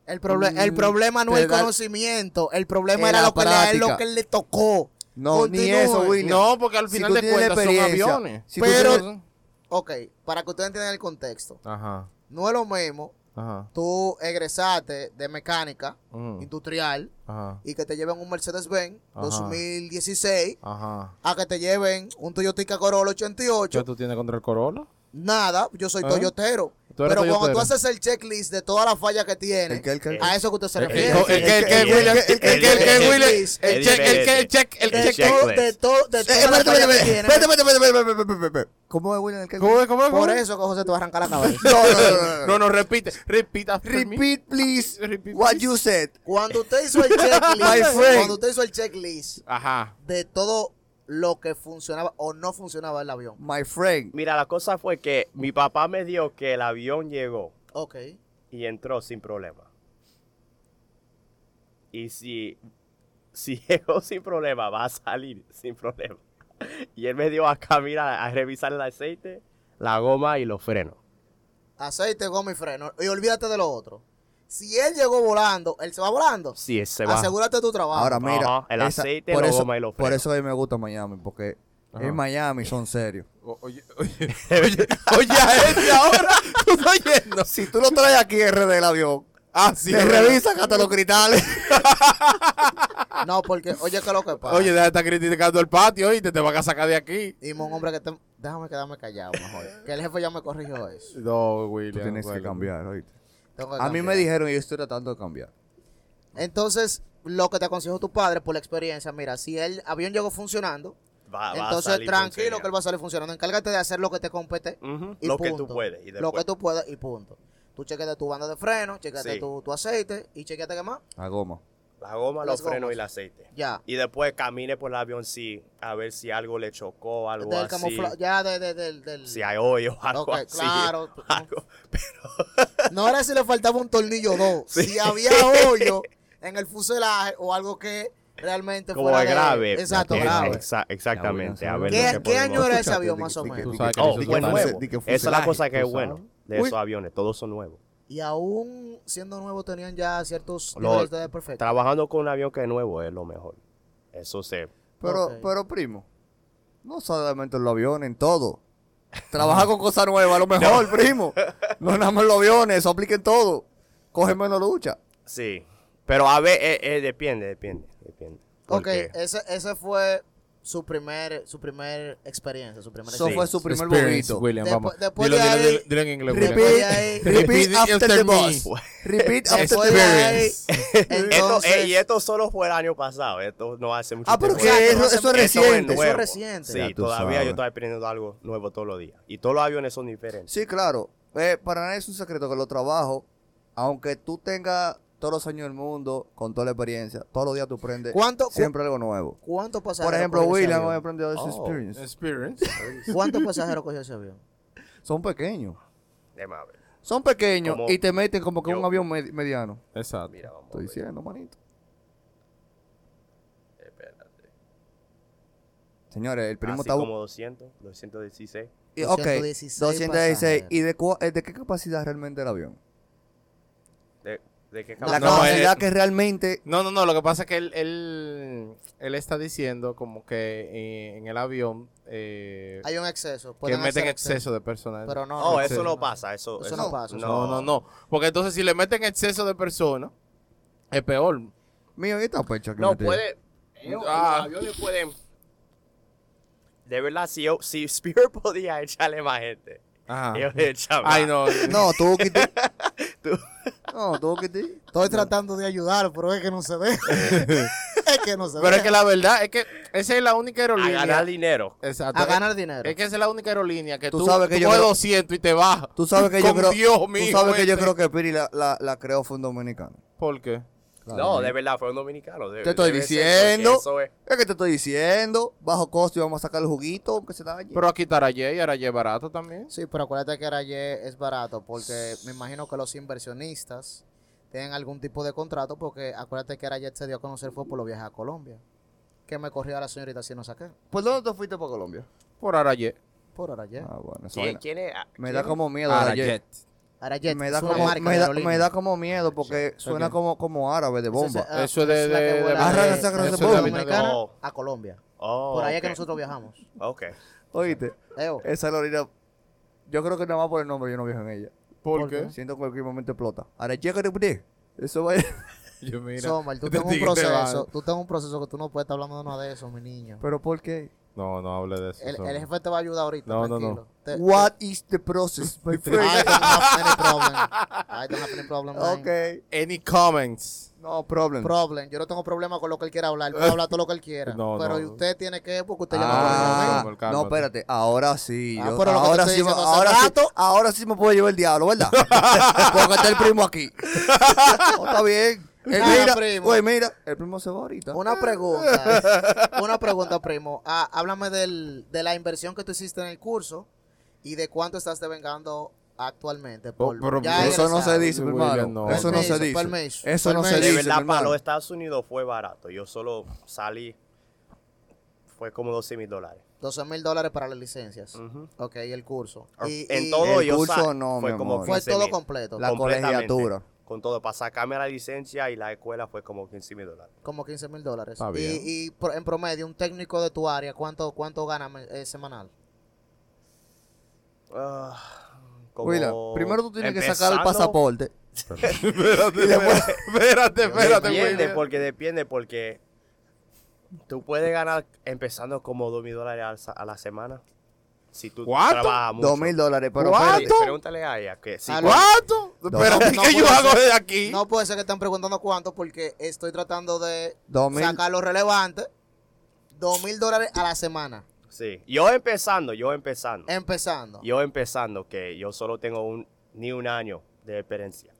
Speaker 3: El, proble- el problema no
Speaker 1: te
Speaker 3: es el
Speaker 1: da-
Speaker 3: conocimiento, el problema
Speaker 1: en
Speaker 3: era
Speaker 1: la
Speaker 3: lo que, le, a él,
Speaker 1: práctica.
Speaker 3: lo que él le tocó.
Speaker 1: No, ni
Speaker 3: Continúe.
Speaker 1: eso, William.
Speaker 2: No, porque al
Speaker 1: Si
Speaker 2: final
Speaker 1: tú
Speaker 2: de
Speaker 1: tienes la
Speaker 2: cuentas son
Speaker 1: experiencia,
Speaker 2: aviones.
Speaker 1: si tú
Speaker 3: pero,
Speaker 1: tienes-
Speaker 3: ok, para que ustedes entiendan el contexto,
Speaker 2: Ajá.
Speaker 3: no es lo mismo
Speaker 2: Ajá.
Speaker 3: tú egresaste de mecánica
Speaker 2: mm,
Speaker 3: industrial
Speaker 2: Ajá.
Speaker 3: y que te lleven un Mercedes-Benz
Speaker 2: Ajá.
Speaker 3: 2016
Speaker 2: Ajá.
Speaker 3: a que te lleven un Toyotica Corolla
Speaker 2: ¿Qué
Speaker 3: 88.
Speaker 2: tú tienes contra el Corolla?
Speaker 3: Nada, yo soy
Speaker 2: ¿Eh?
Speaker 3: toyotero.
Speaker 2: Tú
Speaker 3: Pero
Speaker 2: eres
Speaker 3: cuando tú
Speaker 2: toyotero.
Speaker 3: haces el checklist de todas las fallas que tiene,
Speaker 1: El que, el que-
Speaker 3: a eso que usted se
Speaker 2: El
Speaker 3: refiere.
Speaker 2: que, el que, el que,
Speaker 4: El que-
Speaker 2: William,
Speaker 4: el
Speaker 2: el
Speaker 4: que-
Speaker 2: que, el que, el que, William, el
Speaker 4: el
Speaker 2: check, el que,
Speaker 4: checklist.
Speaker 2: el check, el
Speaker 3: de
Speaker 4: El
Speaker 2: check.
Speaker 4: check.
Speaker 3: todo, de todo, de todas las fallas que tiene.
Speaker 1: Eh, Espérate, espérate, espérate, espérate, espérate, espérate, espérate. ¿Cómo es William el que?
Speaker 2: ¿Cómo es, cómo es, cómo
Speaker 3: Por
Speaker 2: es?
Speaker 3: eso que José te va a arrancar la cabeza.
Speaker 1: No, no, no, no, no.
Speaker 2: No, no, repite, repita. after me.
Speaker 1: Repeat, please,
Speaker 2: Repeat,
Speaker 1: what
Speaker 2: please.
Speaker 1: you said.
Speaker 3: Cuando usted hizo el checklist,
Speaker 1: My friend.
Speaker 3: cuando usted hizo el checklist
Speaker 2: Ajá.
Speaker 3: de todo lo que funcionaba o no funcionaba el avión.
Speaker 1: My friend.
Speaker 4: Mira, la cosa fue que mi papá me dijo que el avión llegó
Speaker 3: Ok.
Speaker 4: y entró sin problema. Y si, si llegó sin problema, va a salir sin problema. Y él me dio acá, mira, a revisar el aceite, la goma y los frenos.
Speaker 3: Aceite, goma y freno. Y olvídate de lo otro. Si él llegó volando, él se va volando.
Speaker 4: Si él se va.
Speaker 3: Asegúrate tu trabajo.
Speaker 1: Ahora mira,
Speaker 4: Ajá, el
Speaker 1: esa-
Speaker 4: aceite,
Speaker 1: por
Speaker 4: la
Speaker 1: eso,
Speaker 4: goma y los
Speaker 1: por
Speaker 4: frenos.
Speaker 1: eso a mí me gusta Miami, porque en Miami son serios.
Speaker 2: O- Oye, oye, oye, oye, a este ahora. ¿Tú estás oyendo?
Speaker 1: Si tú lo traes aquí R del avión,
Speaker 2: Ah, sí.
Speaker 1: te
Speaker 2: es verdad.
Speaker 1: revisan hasta los cristales.
Speaker 3: Ah, No, porque oye que lo que pasa.
Speaker 2: Oye, deja de estar criticando el patio, oíste, te van a sacar de aquí.
Speaker 3: Dime un hombre que te... Déjame quedarme callado mejor. Que el jefe ya me corrigió eso.
Speaker 2: No,
Speaker 1: Tú
Speaker 2: William.
Speaker 1: tienes que
Speaker 2: bueno.
Speaker 1: cambiar, oíste.
Speaker 3: Tengo que
Speaker 1: A mí
Speaker 3: cambiar.
Speaker 1: me dijeron y yo estoy tratando de cambiar.
Speaker 3: Entonces, lo que te aconsejó tu padre por la experiencia, mira, si el avión llegó funcionando,
Speaker 4: Ah, Va- va a
Speaker 3: entonces
Speaker 4: salir
Speaker 3: tranquilo
Speaker 4: funcionando.
Speaker 3: que él va a salir funcionando. Encárgate de hacer lo que te compete.
Speaker 4: Ujú,
Speaker 3: y
Speaker 4: Lo que
Speaker 3: punto.
Speaker 4: tú puedes. y
Speaker 3: Lo
Speaker 4: después-
Speaker 3: que tú puedas y punto. Tú chequeate tu banda de freno, chequeate
Speaker 4: Sí.
Speaker 3: tu, tu aceite y chequeate qué más.
Speaker 1: A goma.
Speaker 4: La goma,
Speaker 3: Las
Speaker 4: los frenos y el
Speaker 3: gomas.
Speaker 4: aceite.
Speaker 3: Ya.
Speaker 4: Y después camine por el avión sí, a ver si algo le chocó, algo
Speaker 3: Del
Speaker 4: así.
Speaker 3: Este camufla- ya de- de- del- del-
Speaker 4: Si hay hoyo, algo
Speaker 3: Ok,
Speaker 4: así.
Speaker 3: claro.
Speaker 4: Algo.
Speaker 3: No era si le faltaba un tornillo o dos. Si había hoyo en el fuselaje o algo que realmente
Speaker 4: Como
Speaker 3: fuera
Speaker 4: es
Speaker 3: de-
Speaker 4: grave.
Speaker 3: Exacto,
Speaker 4: Eh,
Speaker 3: grave.
Speaker 4: exa- exactamente.
Speaker 1: Ya,
Speaker 4: A
Speaker 1: Ah, bueno,
Speaker 4: ver
Speaker 3: ¿Qué-
Speaker 4: lo que
Speaker 3: qué
Speaker 4: podemos-
Speaker 3: año era ese avión, más o menos?
Speaker 2: Tú sabes que
Speaker 4: Oh,
Speaker 2: eso
Speaker 4: fue
Speaker 2: está-
Speaker 4: nuevo.
Speaker 1: di que
Speaker 4: Esa es la
Speaker 1: fuselaje,
Speaker 4: cosa que es
Speaker 2: tú
Speaker 4: bueno
Speaker 2: sabes.
Speaker 4: de esos aviones. Todos son nuevos.
Speaker 3: Y aún siendo nuevos tenían ya ciertos
Speaker 4: Lo-
Speaker 3: niveles de perfecto.
Speaker 4: Trabajando con un avión que es nuevo es lo mejor. Eso se...
Speaker 1: Pero,
Speaker 3: Ok.
Speaker 1: pero primo, no solamente en los aviones, en todo. Trabaja con cosas nuevas, a lo mejor, primo. No nada más en los aviones, eso aplica en todo. Coge menos lucha.
Speaker 4: Sí. Pero a ver, eh, eh, depende, depende. depende.
Speaker 3: Ok,
Speaker 4: Porque-
Speaker 3: ese, ese fue su primer, su primer experiencia, su primer
Speaker 1: Eso
Speaker 4: Sí.
Speaker 1: fue su primer
Speaker 2: Experience,
Speaker 1: bobito.
Speaker 2: William,
Speaker 3: Después-
Speaker 2: vamos.
Speaker 3: después
Speaker 2: dilo,
Speaker 3: de
Speaker 2: dilo,
Speaker 3: ahí-
Speaker 2: dilo, dilo en inglés,
Speaker 3: Repeat, ahí-
Speaker 1: Repeat, repeat after the boss.
Speaker 2: me.
Speaker 1: Repeat after
Speaker 3: Después
Speaker 1: the
Speaker 3: de
Speaker 1: boss.
Speaker 3: ahí,
Speaker 4: Esto,
Speaker 3: entonces,
Speaker 4: eh, y esto solo fue el año pasado. Esto no hace mucho
Speaker 1: Ah, pero
Speaker 4: tiempo.
Speaker 1: que eso,
Speaker 3: Exacto, no se-
Speaker 1: eso es
Speaker 4: Eso es
Speaker 1: reciente.
Speaker 4: nuevo.
Speaker 3: reciente.
Speaker 4: Sí,
Speaker 1: Ya tú
Speaker 4: todavía
Speaker 1: sabes.
Speaker 4: yo estoy aprendiendo algo nuevo todos los días. Y todos los aviones son diferentes.
Speaker 1: Sí, claro. Eh, para nadie es un secreto que los trabajos, aunque tú tengas todos los años del mundo, con toda la experiencia, todos los días tú aprendes
Speaker 3: ¿Cuánto- cu-
Speaker 1: siempre algo nuevo.
Speaker 3: ¿cuántos pasajeros
Speaker 1: Por ejemplo,
Speaker 3: cogió ese
Speaker 1: William ha
Speaker 3: avión?
Speaker 1: aprendido de su
Speaker 4: Oh.
Speaker 1: experience.
Speaker 2: Experience.
Speaker 3: ¿Cuántos pasajeros cogió ese avión?
Speaker 1: Son pequeños.
Speaker 4: Déjame ver.
Speaker 1: Son pequeños
Speaker 4: Como-
Speaker 1: y te meten como que en un
Speaker 4: yo-
Speaker 1: avión med- mediano.
Speaker 2: Exacto.
Speaker 4: Mira, vamos. a
Speaker 1: Estoy
Speaker 4: ver.
Speaker 1: diciendo, manito.
Speaker 4: Espérate.
Speaker 1: Señores, el primo
Speaker 4: Así
Speaker 1: está...
Speaker 4: como 200, 216.
Speaker 1: y- ok,
Speaker 3: 216
Speaker 1: 216.
Speaker 3: pasajeros.
Speaker 1: ¿Y de, cua- eh, de qué capacidad realmente el avión?
Speaker 4: ¿De, de qué
Speaker 1: La
Speaker 4: capacidad?
Speaker 2: No,
Speaker 1: capacidad
Speaker 2: eh,
Speaker 1: que realmente...
Speaker 2: No, no, no. Lo que pasa es que él, él, él está diciendo como que eh, en el avión eh,
Speaker 3: Hay un exceso.
Speaker 2: que
Speaker 3: pueden
Speaker 2: meten
Speaker 3: hacer
Speaker 2: exceso de personal.
Speaker 3: Pero no.
Speaker 4: Oh,
Speaker 3: no,
Speaker 1: este
Speaker 4: eso
Speaker 2: sí.
Speaker 4: no pasa. Eso,
Speaker 3: Eso no pasa, eso
Speaker 2: No, no, no. Porque entonces si le meten exceso de personas, es peor.
Speaker 1: Mío, ¿y esta pecho aquí
Speaker 4: No
Speaker 1: metida?
Speaker 4: puede. ellos-
Speaker 2: Ah.
Speaker 4: Los aviones pueden. De verdad, si, yo, si Spirit podía echarle más gente,
Speaker 1: Ah.
Speaker 2: Ajá.
Speaker 4: ellos le echaban.
Speaker 2: Ay, no.
Speaker 1: No, tú quité.
Speaker 4: Tú-
Speaker 1: No, tú quité.
Speaker 3: Estoy tratando de ayudar, pero es que no se ve. es que no se
Speaker 2: Pero
Speaker 3: ve.
Speaker 2: es que la verdad es que esa es la única
Speaker 4: A
Speaker 2: aerolínea.
Speaker 4: ganar dinero.
Speaker 2: Exacto.
Speaker 3: A ganar dinero.
Speaker 2: Es que esa es la única aerolínea que
Speaker 1: Tú
Speaker 2: tú,
Speaker 1: sabes que
Speaker 2: tú
Speaker 1: yo
Speaker 2: coges
Speaker 1: creo-
Speaker 2: 200 y te bajas.
Speaker 1: Tú sabes que yo
Speaker 2: Con
Speaker 1: creo.
Speaker 2: Dios
Speaker 1: tú
Speaker 2: mío,
Speaker 1: sabes que yo
Speaker 2: este.
Speaker 1: creo que Piri la, la, la creó fue un dominicano.
Speaker 2: ¿Por qué?
Speaker 4: No, de verdad, fue un dominicano. de-
Speaker 1: Te estoy
Speaker 4: debe ser,
Speaker 1: diciendo.
Speaker 4: porque Eso es.
Speaker 1: Es que te estoy diciendo, bajo costo y vamos a sacar el juguito, aunque se dañe.
Speaker 2: Pero aquí está Arayé y Arayé es barato también.
Speaker 3: Sí, pero acuérdate que Araye es barato porque me imagino que los inversionistas tienen algún tipo de contrato porque acuérdate que Araye se dio a conocer fue por los viajes a Colombia. Que me corrió a la señorita si no saqué.
Speaker 1: ¿Por dónde te fuiste para Colombia?
Speaker 2: Por Arayé.
Speaker 3: Por Araye.
Speaker 1: Ah, bueno, eso
Speaker 4: ¿Quién,
Speaker 1: vaina.
Speaker 4: quién es?
Speaker 1: Me
Speaker 4: ¿Quién?
Speaker 1: da como miedo la Ah, Jet.
Speaker 2: Arajet.
Speaker 3: Araye
Speaker 1: Me da,
Speaker 3: es una
Speaker 1: como,
Speaker 3: marca
Speaker 1: me,
Speaker 3: de
Speaker 1: da,
Speaker 3: aerolínea.
Speaker 1: me da como miedo porque suena
Speaker 2: Ok.
Speaker 1: como, como árabe de
Speaker 3: Esa es-
Speaker 1: bomba.
Speaker 3: ah,
Speaker 2: Eso es de-
Speaker 3: la que
Speaker 2: de- de-
Speaker 3: vuela
Speaker 1: Arranca,
Speaker 3: de-
Speaker 1: arranca, arranca,
Speaker 3: de
Speaker 1: boom.
Speaker 3: Dominicana
Speaker 4: Oh.
Speaker 3: a Colombia.
Speaker 4: Oh,
Speaker 3: Por ahí es que
Speaker 4: ok.
Speaker 2: Eh,
Speaker 3: nosotros viajamos.
Speaker 4: Ok.
Speaker 1: Oíste,
Speaker 3: Eo,
Speaker 1: esa es la orina Yo creo que nada más por el nombre yo no viajo en ella.
Speaker 2: ¿Por,
Speaker 3: ¿Por
Speaker 2: qué?
Speaker 3: qué?
Speaker 1: Siento que en cualquier momento explota. Ahora, chécate, puté. Eso va a
Speaker 2: Yo mira.
Speaker 3: Sommer, tú
Speaker 2: este
Speaker 3: tienes un
Speaker 2: tigre te va-
Speaker 3: proceso. Tú tienes un proceso que tú no puedes estar hablando de nada de eso, mi niño.
Speaker 1: Pero ¿por qué?
Speaker 2: No, no hable de Pues eso.
Speaker 3: El,
Speaker 2: Sommer.
Speaker 3: el jefe te va a ayudar ahorita.
Speaker 2: No, no, no.
Speaker 3: tranquilo. Te-
Speaker 1: What is the process, my friend?
Speaker 3: I don't have any problem. I don't have any problem. man.
Speaker 1: ok.
Speaker 2: Any comments?
Speaker 1: No problem.
Speaker 3: Problem. Yo no tengo problema con lo que él quiera hablar. Él puede hablar todo lo que él quiera.
Speaker 2: No,
Speaker 3: pero
Speaker 2: no.
Speaker 3: usted tiene que, porque usted
Speaker 1: Ah,
Speaker 3: ya
Speaker 2: Calma, calma.
Speaker 1: no, espérate. Ahora sí.
Speaker 3: Ah,
Speaker 1: yo-
Speaker 3: pero lo que te
Speaker 1: ahora,
Speaker 3: estoy
Speaker 1: sí me,
Speaker 3: diciendo hace
Speaker 1: ahora, sí,
Speaker 3: rato.
Speaker 1: ahora sí me puede llevar el diablo, ¿verdad? Porque está el primo aquí. No, está bien. Él
Speaker 3: Nada,
Speaker 1: mira,
Speaker 3: primo.
Speaker 1: güey, mira. El primo se va ahorita.
Speaker 3: Una pregunta. Una pregunta, primo. Ah, háblame del, de la inversión que tú hiciste en el curso y de cuánto estás devengando actualmente. por-
Speaker 2: pero-
Speaker 3: ya
Speaker 1: eso no se
Speaker 3: egresado.
Speaker 1: dice, mi
Speaker 2: William,
Speaker 1: hermano.
Speaker 2: no.
Speaker 1: Eso no se
Speaker 3: Permiso,
Speaker 1: dice.
Speaker 3: permiso,
Speaker 1: eso no se dice.
Speaker 3: permiso.
Speaker 4: De
Speaker 1: mi
Speaker 4: verdad, para
Speaker 1: hermano.
Speaker 4: los Estados Unidos fue barato. Yo solo salí, fue como 12 mil dólares.
Speaker 3: 12 mil dólares para las licencias.
Speaker 4: Ujú. Ah,
Speaker 3: Ok, y el curso. Y-
Speaker 4: en
Speaker 3: y
Speaker 4: todo
Speaker 1: El
Speaker 4: yo
Speaker 1: curso
Speaker 4: sa-
Speaker 1: no,
Speaker 4: fue
Speaker 1: mi
Speaker 4: como
Speaker 1: amor.
Speaker 3: Fue
Speaker 4: 15
Speaker 3: todo
Speaker 4: mil.
Speaker 3: completo.
Speaker 1: La
Speaker 4: Completamente.
Speaker 1: colegiatura.
Speaker 4: Con todo, para sacarme la licencia y la escuela fue como 15 mil dólares.
Speaker 3: Como 15 mil dólares.
Speaker 2: Está bien.
Speaker 3: Y, y pro- en promedio, un técnico de tu área, ¿cuánto, cuánto gana me- eh, semanal?
Speaker 4: Ah, como-
Speaker 1: William, primero tú tienes que sacar el
Speaker 4: empezando-
Speaker 1: pasaporte.
Speaker 2: espérate, espérate, espérate,
Speaker 4: Depende,
Speaker 2: William.
Speaker 4: porque depende, porque tú puedes ganar empezando como 2 mil dólares al sa- a la semana. Si tú
Speaker 2: ¿Cuánto?
Speaker 4: trabajas mucho.
Speaker 1: Dos mil dólares. Pero
Speaker 2: ¿What?
Speaker 1: espérate.
Speaker 4: Sí,
Speaker 2: ¿Cuánto?
Speaker 4: Pregúntale a ella que sí.
Speaker 3: A lo-
Speaker 2: ¿Cuánto? Espérate,
Speaker 3: no
Speaker 2: ¿qué yo
Speaker 3: puede
Speaker 2: hago
Speaker 3: ser.
Speaker 2: desde aquí?
Speaker 3: No puede ser que estén preguntando cuánto porque estoy tratando de
Speaker 1: Dos mil.
Speaker 3: sacar lo relevante. 2 mil dólares a la semana.
Speaker 4: Sí. Yo empezando, yo empezando.
Speaker 3: Eh. Empezando.
Speaker 4: Yo empezando, que yo solo tengo un, ni un año de experiencia.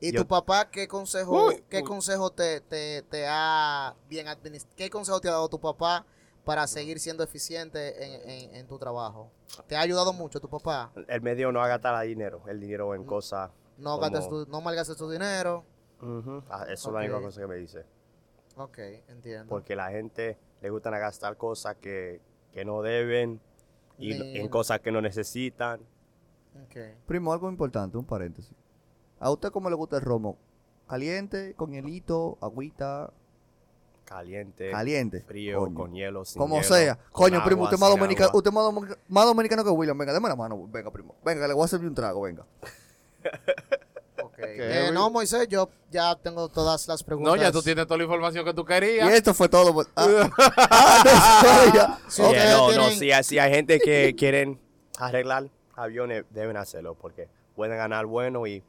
Speaker 3: ¿Y
Speaker 4: yo-
Speaker 3: tu papá qué consejo,
Speaker 2: Uy,
Speaker 3: qué
Speaker 2: uy.
Speaker 3: consejo te, te, te ha bien administ- ¿Qué consejo te ha dado tu papá para seguir siendo eficiente en, en- en tu trabajo? ¿Te ha ayudado mucho tu papá?
Speaker 4: El medio no gastar dinero, el dinero en cosas.
Speaker 3: No,
Speaker 4: como-
Speaker 3: gastes tu- no malgastes tu dinero.
Speaker 4: Ujú. Ah, Eso es la única
Speaker 3: Ok.
Speaker 4: cosa que me dice.
Speaker 3: Ok, entiendo.
Speaker 4: Porque la gente le gustan a gastar cosas que, que no deben y
Speaker 3: Ni-
Speaker 4: en cosas que no necesitan.
Speaker 3: Ok.
Speaker 1: Primo, algo importante, un paréntesis. ¿A usted cómo le gusta el romo? ¿Caliente, con hielito, agüita?
Speaker 4: Caliente,
Speaker 1: Caliente.
Speaker 4: Eh, frío,
Speaker 1: Coño.
Speaker 4: con hielo, sin
Speaker 1: Como
Speaker 4: hielo,
Speaker 1: sea.
Speaker 4: con
Speaker 1: Coño, primo,
Speaker 4: agua,
Speaker 1: usted, más
Speaker 4: sin
Speaker 1: dominica-
Speaker 4: agua.
Speaker 1: usted más, dominica- más dominicano que William. Venga, deme la mano. Venga, primo. Venga, le voy a servir un trago, venga.
Speaker 3: Ok. Eh, no, Moisés, yo ya tengo todas las preguntas.
Speaker 2: No, ya tú tienes toda la información que tú
Speaker 1: Y
Speaker 2: querías.
Speaker 1: esto fue todo. por- Ah, ah, no, sabía.
Speaker 3: Sí,
Speaker 4: Sí,
Speaker 3: ustedes
Speaker 4: no, no,
Speaker 3: tienen-
Speaker 4: si, hay- si hay gente que quieren arreglar aviones, deben hacerlo porque pueden ganar bueno y...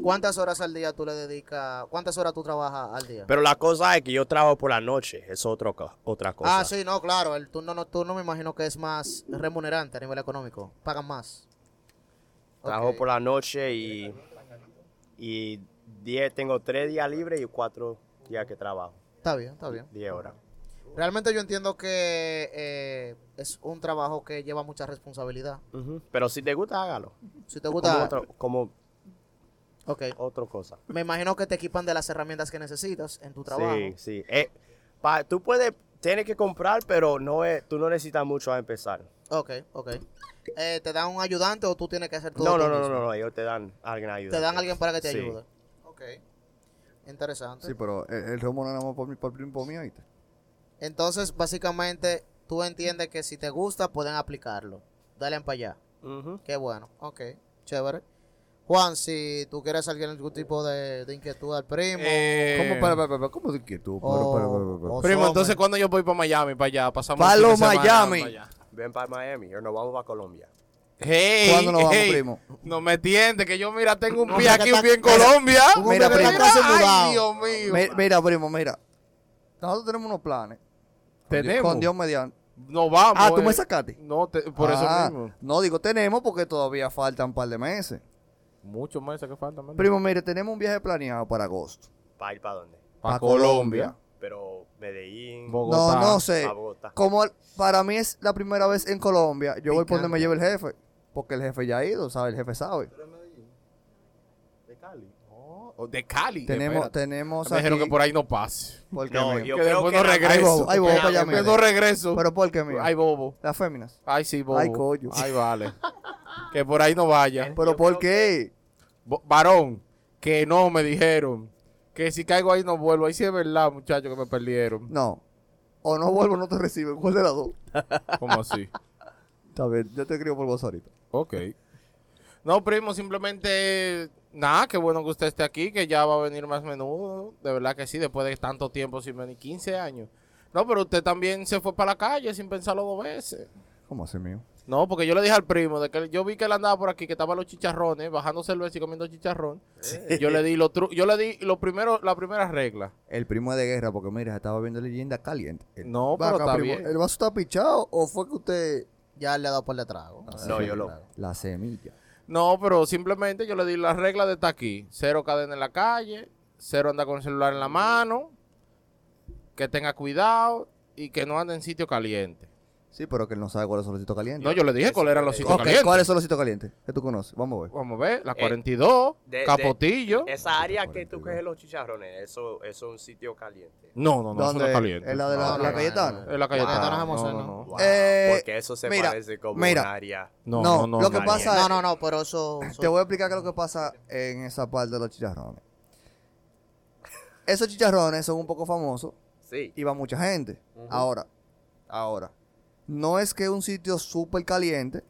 Speaker 3: ¿Cuántas horas al día tú le dedicas? ¿Cuántas horas tú trabajas al día?
Speaker 4: Pero la cosa es que yo trabajo por la noche, es otro, co- otra cosa.
Speaker 3: Ah, sí, no, claro. El turno nocturno me imagino que es más remunerante a nivel económico. Pagan más.
Speaker 4: Trabajo
Speaker 3: Ok.
Speaker 4: por la noche y... Y diez, tengo tres días libres y cuatro días que trabajo,
Speaker 3: Está bien, está bien.
Speaker 4: diez horas.
Speaker 3: Realmente yo entiendo que eh, es un trabajo que lleva mucha responsabilidad.
Speaker 4: Ujú. Pero si te gusta, hágalo.
Speaker 3: Si te
Speaker 4: Como,
Speaker 3: gusta...
Speaker 4: otro- como
Speaker 3: Ok.
Speaker 4: otra cosa.
Speaker 3: Me imagino que te equipan de las herramientas que necesitas en tu trabajo.
Speaker 4: Sí, sí. Eh, pa- tú puedes, tienes que comprar, pero no es, tú no necesitas mucho a empezar.
Speaker 3: Ok, ok. Eh, ¿Te dan un ayudante o tú tienes que hacer todo
Speaker 4: No,
Speaker 3: tú
Speaker 4: no, no, no,
Speaker 3: mismo?
Speaker 4: no, no, ellos te dan alguien ayuda.
Speaker 3: Te dan alguien para que te
Speaker 4: Sí.
Speaker 3: ayude. Ok. Interesante.
Speaker 1: Sí, pero el, el romo no era más por mi, por primo mío. ¿oíste?
Speaker 3: Entonces, básicamente, tú entiendes que si te gusta, pueden aplicarlo. Dale para allá.
Speaker 4: Ujú.
Speaker 3: Qué bueno. Ok. Chévere. Juan, si tú quieres salir algún tipo de, de inquietud al primo.
Speaker 2: Eh,
Speaker 1: ¿Cómo, para, para, para, ¿cómo de que tú? Pero,
Speaker 3: Oh,
Speaker 1: pero, pero, pero.
Speaker 3: oh,
Speaker 2: Primo,
Speaker 3: Sommer.
Speaker 2: entonces cuando yo voy para Miami, para allá, pasamos.
Speaker 1: Pa'
Speaker 2: el fin de
Speaker 1: lo
Speaker 2: semana
Speaker 1: Miami.
Speaker 2: pa' allá.
Speaker 4: Ven para Miami, o nos vamos para Colombia.
Speaker 2: Hey,
Speaker 1: ¿Cuándo nos vamos,
Speaker 2: hey,
Speaker 1: primo?
Speaker 2: No me tientes, que yo, mira, tengo un
Speaker 3: No,
Speaker 2: pie
Speaker 3: hombre,
Speaker 2: aquí,
Speaker 3: que
Speaker 2: un pie en
Speaker 3: está-
Speaker 2: Colombia.
Speaker 3: Un hombre
Speaker 1: Mira,
Speaker 3: que está
Speaker 1: primo.
Speaker 3: casi mudado.
Speaker 2: Ay, Dios mío.
Speaker 1: Mi- mira, primo, mira. Nosotros tenemos unos planes. Con Dios-
Speaker 2: Tenemos.
Speaker 1: Con Dios mediante.
Speaker 2: Nos vamos.
Speaker 1: Ah, tú
Speaker 2: eh.
Speaker 1: me sacaste.
Speaker 2: No, te- por
Speaker 1: Ah,
Speaker 2: eso mismo.
Speaker 1: No, digo tenemos porque todavía faltan un par de meses.
Speaker 2: Muchos meses que faltan. man.
Speaker 1: Primo, mire, tenemos un viaje planeado para agosto.
Speaker 4: ¿Para ir para dónde?
Speaker 2: Pa'
Speaker 1: pa' Colombia.
Speaker 4: Pero Medellín,
Speaker 1: No,
Speaker 2: Bogotá.
Speaker 1: no sé.
Speaker 4: a Bogotá.
Speaker 1: Como el- para mí es la primera vez en Colombia, yo
Speaker 3: Me
Speaker 1: voy por donde me
Speaker 3: encanta.
Speaker 1: lleve el jefe. Porque el jefe ya ha ido, ¿sabe? El jefe sabe.
Speaker 4: ¿De Cali?
Speaker 2: Oh, de Cali.
Speaker 1: Tenemos,
Speaker 2: espérate.
Speaker 1: tenemos
Speaker 2: Me dijeron que
Speaker 1: aquí-
Speaker 2: por ahí no pase.
Speaker 1: porque
Speaker 4: No,
Speaker 1: mira,
Speaker 4: yo
Speaker 2: que
Speaker 4: creo
Speaker 2: después
Speaker 4: que
Speaker 2: no
Speaker 4: la-
Speaker 1: Ahí
Speaker 2: regreso.
Speaker 1: bobo, ahí bobo,
Speaker 2: Que
Speaker 1: para allá,
Speaker 2: después
Speaker 1: mira.
Speaker 2: no regreso.
Speaker 1: Pero porque mira,
Speaker 2: Ay, bobo.
Speaker 1: las féminas.
Speaker 2: Ay, sí, bobo.
Speaker 1: Ay, coño.
Speaker 2: Ay, vale. que por ahí no vaya.
Speaker 1: Pero
Speaker 4: yo
Speaker 1: ¿por
Speaker 4: creo
Speaker 1: qué?
Speaker 2: Bo- varón, que no me dijeron. Que si caigo ahí no vuelvo. Ahí sí es verdad, muchachos, que me perdieron.
Speaker 1: No. O no vuelvo, no te reciben. ¿Cuál de las dos?
Speaker 2: ¿Cómo así?
Speaker 1: Está bien, yo te escribo por vos ahorita.
Speaker 2: Ok. No, primo, simplemente nada, qué bueno que usted esté aquí, que ya va a venir más menudo. De verdad que sí, después de tanto tiempo sin venir, 15 años. No, pero usted también se fue para la calle sin pensarlo dos veces.
Speaker 1: ¿Cómo así, mío?
Speaker 2: No, porque yo le dije al primo, de que él- yo vi que él andaba por aquí, que estaba los chicharrones, bajando cerveza y comiendo chicharrón. Yo le di los tru- yo le di lo primero, la primera regla.
Speaker 1: El primo es de guerra, porque mira, estaba viendo leyenda caliente. El-
Speaker 2: No,
Speaker 1: Va
Speaker 2: pero
Speaker 1: acá,
Speaker 2: está
Speaker 1: primo,
Speaker 2: bien.
Speaker 1: ¿El vaso está pichado o fue que usted.
Speaker 3: Ya le ha dado por el trago.
Speaker 4: No, yo lo.
Speaker 1: La semilla.
Speaker 2: No, pero simplemente yo le di la regla de estar aquí. Cero cadena en la calle, cero andar con el celular en la mano, que tenga cuidado y que no ande en sitio caliente.
Speaker 1: Sí, pero que él no sabe cuáles son los sitios calientes.
Speaker 2: No, yo le dije cuáles eran los sitios
Speaker 1: Ok,
Speaker 2: calientes.
Speaker 1: ¿cuáles son los sitios calientes? Que tú conoces. Vamos a ver.
Speaker 2: Vamos a ver, la
Speaker 4: Eh,
Speaker 2: 42,
Speaker 4: de- eh, de-
Speaker 2: Capotillo.
Speaker 4: Esa área
Speaker 1: que
Speaker 4: que
Speaker 1: tú
Speaker 4: tú
Speaker 1: coges
Speaker 4: coges los chicharrones, eso, eso es un sitio caliente.
Speaker 2: no, no, no, eso no
Speaker 1: ¿Dónde?
Speaker 2: es caliente.
Speaker 1: ¿En la de la,
Speaker 2: No, no,
Speaker 1: la
Speaker 2: no,
Speaker 1: Cayetano?
Speaker 2: en la calle.
Speaker 3: Ah, no, no,
Speaker 2: no,
Speaker 3: no,
Speaker 2: no,
Speaker 3: no.
Speaker 2: no.
Speaker 1: Eh,
Speaker 4: porque eso se
Speaker 1: mira,
Speaker 4: parece como
Speaker 1: mira.
Speaker 4: un área.
Speaker 2: No,
Speaker 1: no,
Speaker 2: no, no,
Speaker 1: lo que
Speaker 2: no.
Speaker 1: pasa
Speaker 3: No,
Speaker 1: es-
Speaker 3: no, no, pero eso.
Speaker 1: Te voy a explicar qué es lo que pasa en esa parte de los chicharrones. Esos chicharrones son un poco famosos
Speaker 4: Sí.
Speaker 1: y va mucha gente. Ahora, ahora, no es que un sitio súper caliente,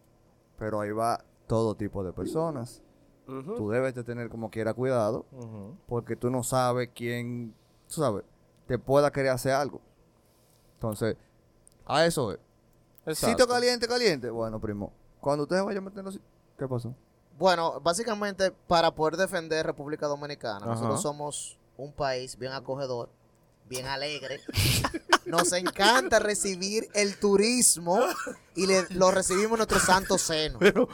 Speaker 1: pero ahí va todo tipo de personas.
Speaker 4: Ujú.
Speaker 1: Tú debes de tener como quiera cuidado
Speaker 2: Ujú.
Speaker 1: porque tú no sabes quién, tú sabes, te pueda querer hacer algo. Entonces, a eso es.
Speaker 2: Exacto.
Speaker 1: Sitio caliente, caliente. Bueno, primo, cuando ustedes vayan metiendo... si- ¿Qué pasó?
Speaker 3: Bueno, básicamente, para poder defender República Dominicana,
Speaker 2: Ajá.
Speaker 3: nosotros somos un país bien acogedor, bien alegre. Nos encanta recibir el turismo y le- lo recibimos en nuestro santo seno.
Speaker 2: Pero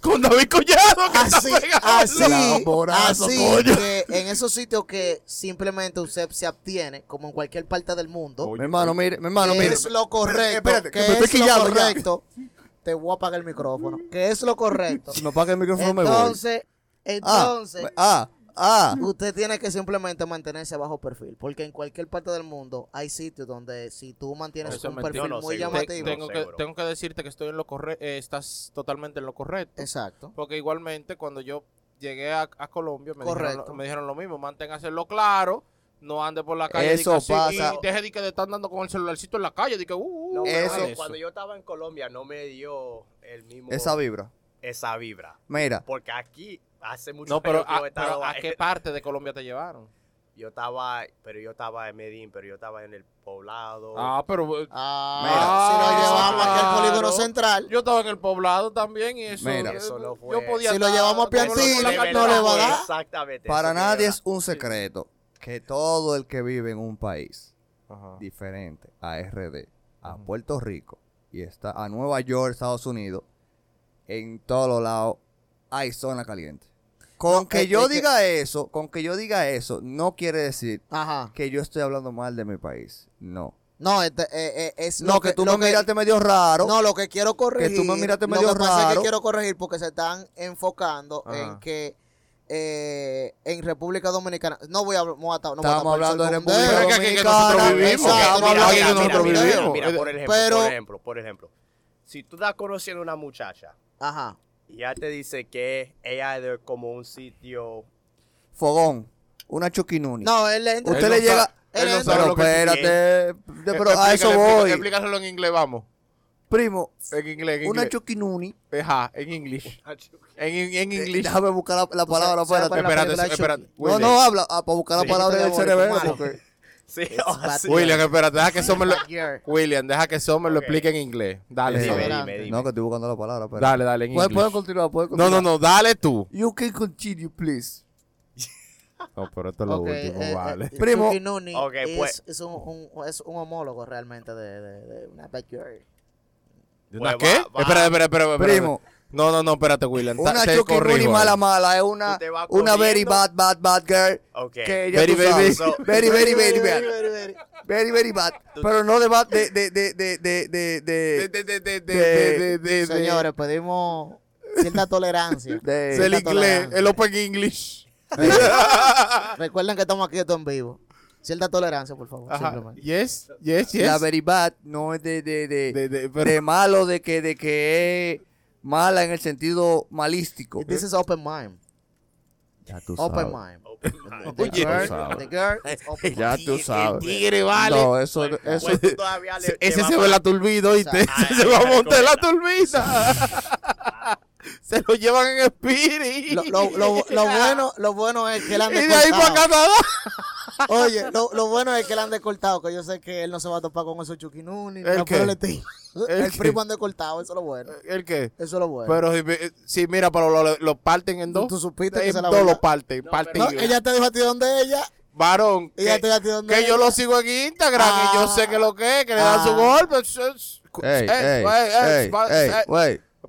Speaker 2: con David Collado, que
Speaker 3: Así,
Speaker 2: está pegado.
Speaker 3: así,
Speaker 1: Lamborazo,
Speaker 3: así
Speaker 1: coño.
Speaker 3: que en esos sitios que simplemente usted se abstiene, como en cualquier parte del mundo,
Speaker 1: Mi hermano, mire, mi hermano,
Speaker 3: que
Speaker 1: mire.
Speaker 3: es lo correcto,
Speaker 1: Ah, espérate, que
Speaker 3: que
Speaker 1: me estoy
Speaker 3: es lo
Speaker 1: quillando ya.
Speaker 3: correcto, te voy a apagar el micrófono, que es lo correcto.
Speaker 1: Si me apaga el micrófono
Speaker 3: Entonces,
Speaker 1: me voy. Ah,
Speaker 3: entonces,
Speaker 1: Ah, ah,
Speaker 3: usted tiene que simplemente mantenerse bajo perfil, porque en cualquier parte del mundo hay sitios donde si tú mantienes
Speaker 2: Eso es
Speaker 3: un
Speaker 2: mentira.
Speaker 3: perfil
Speaker 4: No, no,
Speaker 3: muy
Speaker 4: seguro.
Speaker 2: Te-
Speaker 3: llamativo,
Speaker 2: tengo, que,
Speaker 4: Seguro.
Speaker 2: tengo que decirte que estoy en lo correcto, estás totalmente en lo correcto.
Speaker 3: exacto.
Speaker 2: Porque igualmente cuando yo llegué a, a Colombia me dijeron,
Speaker 3: Correcto.
Speaker 2: lo- me dijeron lo mismo, manténgase lo claro, no ande por la calle.
Speaker 1: Eso
Speaker 2: di que sí,
Speaker 1: pasa.
Speaker 2: Y deje de que de estar andando con el celularcito en la calle. di que, uh, uh,
Speaker 4: No,
Speaker 2: uh,
Speaker 4: pero
Speaker 1: Eso-
Speaker 4: cuando-
Speaker 2: eso.
Speaker 4: Cuando yo estaba en Colombia no me dio el mismo
Speaker 1: esa vibra.
Speaker 4: esa vibra.
Speaker 1: Mira,
Speaker 4: Porque aquí hace mucho
Speaker 2: No, pero,
Speaker 4: años que
Speaker 2: a,
Speaker 4: yo, he
Speaker 2: pero
Speaker 4: estado-
Speaker 2: ¿a qué parte de Colombia te llevaron?
Speaker 4: yo estaba, pero yo estaba en Medellín, pero yo estaba en el poblado.
Speaker 2: Ah, pero eh,
Speaker 3: Ah, si
Speaker 1: Mira.
Speaker 3: lo llevamos aquí
Speaker 2: Claro.
Speaker 3: al polígono central,
Speaker 2: yo estaba en el poblado también y eso, eh,
Speaker 1: Mira.
Speaker 4: Eso no fue.
Speaker 2: yo podía
Speaker 3: Si lo
Speaker 2: estar-
Speaker 3: llevamos a
Speaker 2: como loco en la
Speaker 3: Piantini,
Speaker 2: calle.
Speaker 3: no le va a dar.
Speaker 4: Exactamente.
Speaker 1: para
Speaker 4: eso
Speaker 1: nadie
Speaker 4: que
Speaker 1: es un secreto que todo el que vive en un país
Speaker 2: Ajá.
Speaker 1: diferente a RD, a
Speaker 2: Ujú.
Speaker 1: Puerto Rico y está a Nueva York, Estados Unidos, en todos los lados hay zona caliente. Con
Speaker 3: es-
Speaker 1: que yo
Speaker 3: es que-
Speaker 1: diga eso, con que yo diga eso, no quiere decir
Speaker 3: ajá.
Speaker 1: que yo estoy hablando mal de mi país. No.
Speaker 3: No, este, eh, eh, es
Speaker 1: No,
Speaker 3: lo
Speaker 1: que tú
Speaker 3: lo
Speaker 1: me miraste medio raro.
Speaker 3: No, lo que quiero corregir.
Speaker 1: me miraste
Speaker 3: lo
Speaker 1: medio
Speaker 3: que pasa es
Speaker 1: raro.
Speaker 3: que quiero corregir porque se están enfocando
Speaker 2: Ajá.
Speaker 3: en que eh, en República Dominicana. No voy a no voy a no voy a
Speaker 1: Estamos
Speaker 3: tapar el
Speaker 1: hablando de
Speaker 3: sol con
Speaker 1: República
Speaker 3: dedo,
Speaker 2: Pero es que- que nosotros vivimos,
Speaker 4: Ok,
Speaker 3: Exacto,
Speaker 2: que
Speaker 3: estamos
Speaker 2: mira,
Speaker 3: hablando de
Speaker 2: mira,
Speaker 3: nosotros
Speaker 2: mira, mira,
Speaker 3: vivimos.
Speaker 2: mira.
Speaker 4: Mira, por ejemplo,
Speaker 3: Pero-
Speaker 4: por ejemplo, por ejemplo. Si tú estás conociendo a una muchacha
Speaker 3: Ajá.
Speaker 4: y ya te dice que ella es de como un sitio
Speaker 1: Fogón, una chuquinuni.
Speaker 3: No, él le entra.
Speaker 1: Usted
Speaker 2: Él
Speaker 1: le
Speaker 2: no
Speaker 1: llega-
Speaker 2: sabe- él no
Speaker 3: Pero
Speaker 2: sabe
Speaker 1: pero
Speaker 2: lo que tú
Speaker 1: espérate,
Speaker 2: quieres.
Speaker 1: de- pero a
Speaker 2: Explícale,
Speaker 1: eso
Speaker 2: explícale,
Speaker 1: voy.
Speaker 2: Explícaselo en inglés, vamos.
Speaker 1: Primo,
Speaker 2: En inglés, en
Speaker 1: una
Speaker 2: inglés.
Speaker 1: chuquinuni.
Speaker 2: Ajá, en inglés. En, en, en inglés.
Speaker 1: Déjame buscar la, la palabra,
Speaker 3: sabes
Speaker 1: espérate.
Speaker 3: cuál es la
Speaker 2: Espérate,
Speaker 3: película de
Speaker 2: espérate.
Speaker 3: Chucky?
Speaker 1: No,
Speaker 2: William.
Speaker 1: no habla. Ah, para buscar la
Speaker 3: Sí.
Speaker 1: palabro del
Speaker 3: Diabólico,
Speaker 1: cerebro.
Speaker 3: malo.
Speaker 1: porque-
Speaker 4: Sí,
Speaker 3: It's
Speaker 4: o
Speaker 3: bad.
Speaker 4: sea,
Speaker 2: William, espérate, deja que Sommer lo...
Speaker 3: Year.
Speaker 2: William, deja que Sommer lo
Speaker 4: Ok.
Speaker 2: explique en inglés.
Speaker 1: Eh,
Speaker 2: Dale, Sommer.
Speaker 4: dime,
Speaker 3: adelante.
Speaker 4: dime, dime.
Speaker 1: No, que estoy buscando la palabra. espérate.
Speaker 2: Dale, dale, en
Speaker 1: Pueden,
Speaker 2: inglés.
Speaker 1: pueden continuar, pueden
Speaker 2: No,
Speaker 1: continuar.
Speaker 2: no, no, dale tú.
Speaker 1: You can continue, please.
Speaker 2: No, pero esto es
Speaker 3: Ok, eh, eh,
Speaker 1: Primo.
Speaker 3: Chucky Nuni
Speaker 4: Ok, pues.
Speaker 3: es, es un, un- es un homólogo realmente de, de, de una backyard.
Speaker 2: ¿Una
Speaker 4: Pues
Speaker 2: qué?
Speaker 4: va- va.
Speaker 2: Espera, espera, espera, espera.
Speaker 1: Primo.
Speaker 2: No, no, no, espérate, William. Ta-
Speaker 1: Una
Speaker 2: te
Speaker 1: chuquinuni
Speaker 2: corrijo.
Speaker 1: mala, mala. Es una,
Speaker 4: Tú te vas
Speaker 1: una very
Speaker 4: corriendo.
Speaker 1: bad, bad, bad girl.
Speaker 4: Ok.
Speaker 1: Que ya
Speaker 2: Very,
Speaker 1: tú sabes.
Speaker 4: very-
Speaker 1: very, very, very bad.
Speaker 3: very, very.
Speaker 1: Very, very bad. Pero no de bad, de, de, de, de, de, de,
Speaker 2: De-
Speaker 1: de,
Speaker 2: de- de- de- de- de- de- de-
Speaker 3: Señores, pedimos cierta tolerancia.
Speaker 1: de-
Speaker 2: Es el
Speaker 3: Está
Speaker 2: inglés,
Speaker 3: tolerante.
Speaker 2: el Open English.
Speaker 3: Recuerden que estamos aquí esto en vivo. Cierta tolerancia, por favor.
Speaker 2: Ajá.
Speaker 3: simplemente.
Speaker 2: Yes, yes, yes.
Speaker 1: la very bad no es de, de, de,
Speaker 2: De- de- pero-
Speaker 1: de malo, de que, de que es mala en el sentido malístico.
Speaker 3: This is open mind.
Speaker 1: Ya tú
Speaker 3: Open mind. The
Speaker 2: Oye.
Speaker 3: girl, the girl is open
Speaker 1: Ya
Speaker 3: mind.
Speaker 1: tú sabes.
Speaker 2: tigre, vale.
Speaker 1: No, eso,
Speaker 4: Pues
Speaker 1: eso
Speaker 4: tú todavía le-
Speaker 2: Se- Ese
Speaker 4: le
Speaker 2: se
Speaker 4: vas
Speaker 2: ve la turbina, ¿oíste?
Speaker 4: Ay,
Speaker 2: se va a
Speaker 4: ay,
Speaker 2: montar la
Speaker 4: cógela.
Speaker 2: turbina. se lo llevan en Spirit.
Speaker 3: Lo, lo- lo- lo bueno, lo bueno es que él han
Speaker 2: y de ahí para
Speaker 3: descortado.
Speaker 2: Canadá.
Speaker 3: Oye, lo, lo bueno es que le han descortado, que yo sé que él no se va a topar con esos chuquinuni,
Speaker 2: ¿El
Speaker 3: no
Speaker 2: qué?
Speaker 3: pero le tira.
Speaker 2: ¿El
Speaker 3: El,
Speaker 2: qué?
Speaker 3: primo han descortado, eso es lo bueno.
Speaker 2: Eh, ¿El qué?
Speaker 3: Eso es lo bueno.
Speaker 2: Pero si, si mira, pero lo, lo parten en
Speaker 3: Tú-
Speaker 2: dos.
Speaker 3: tú supiste que
Speaker 2: en
Speaker 3: se la
Speaker 2: dos
Speaker 3: verdad.
Speaker 2: lo parten. partido.
Speaker 3: No, ella te dijo a ti donde ella.
Speaker 2: Varón,
Speaker 3: Ella
Speaker 2: que,
Speaker 3: te la tiró donde
Speaker 2: que yo
Speaker 3: ella.
Speaker 2: lo sigo en Instagram y yo
Speaker 3: Ah.
Speaker 2: sé que lo que es, que le dan su
Speaker 3: Ah.
Speaker 2: golpe. Es- es-
Speaker 1: Ey, ey,
Speaker 2: es- es- es-
Speaker 1: ey,
Speaker 2: va-
Speaker 1: ey,
Speaker 2: es-
Speaker 1: güey.
Speaker 2: ¿Qué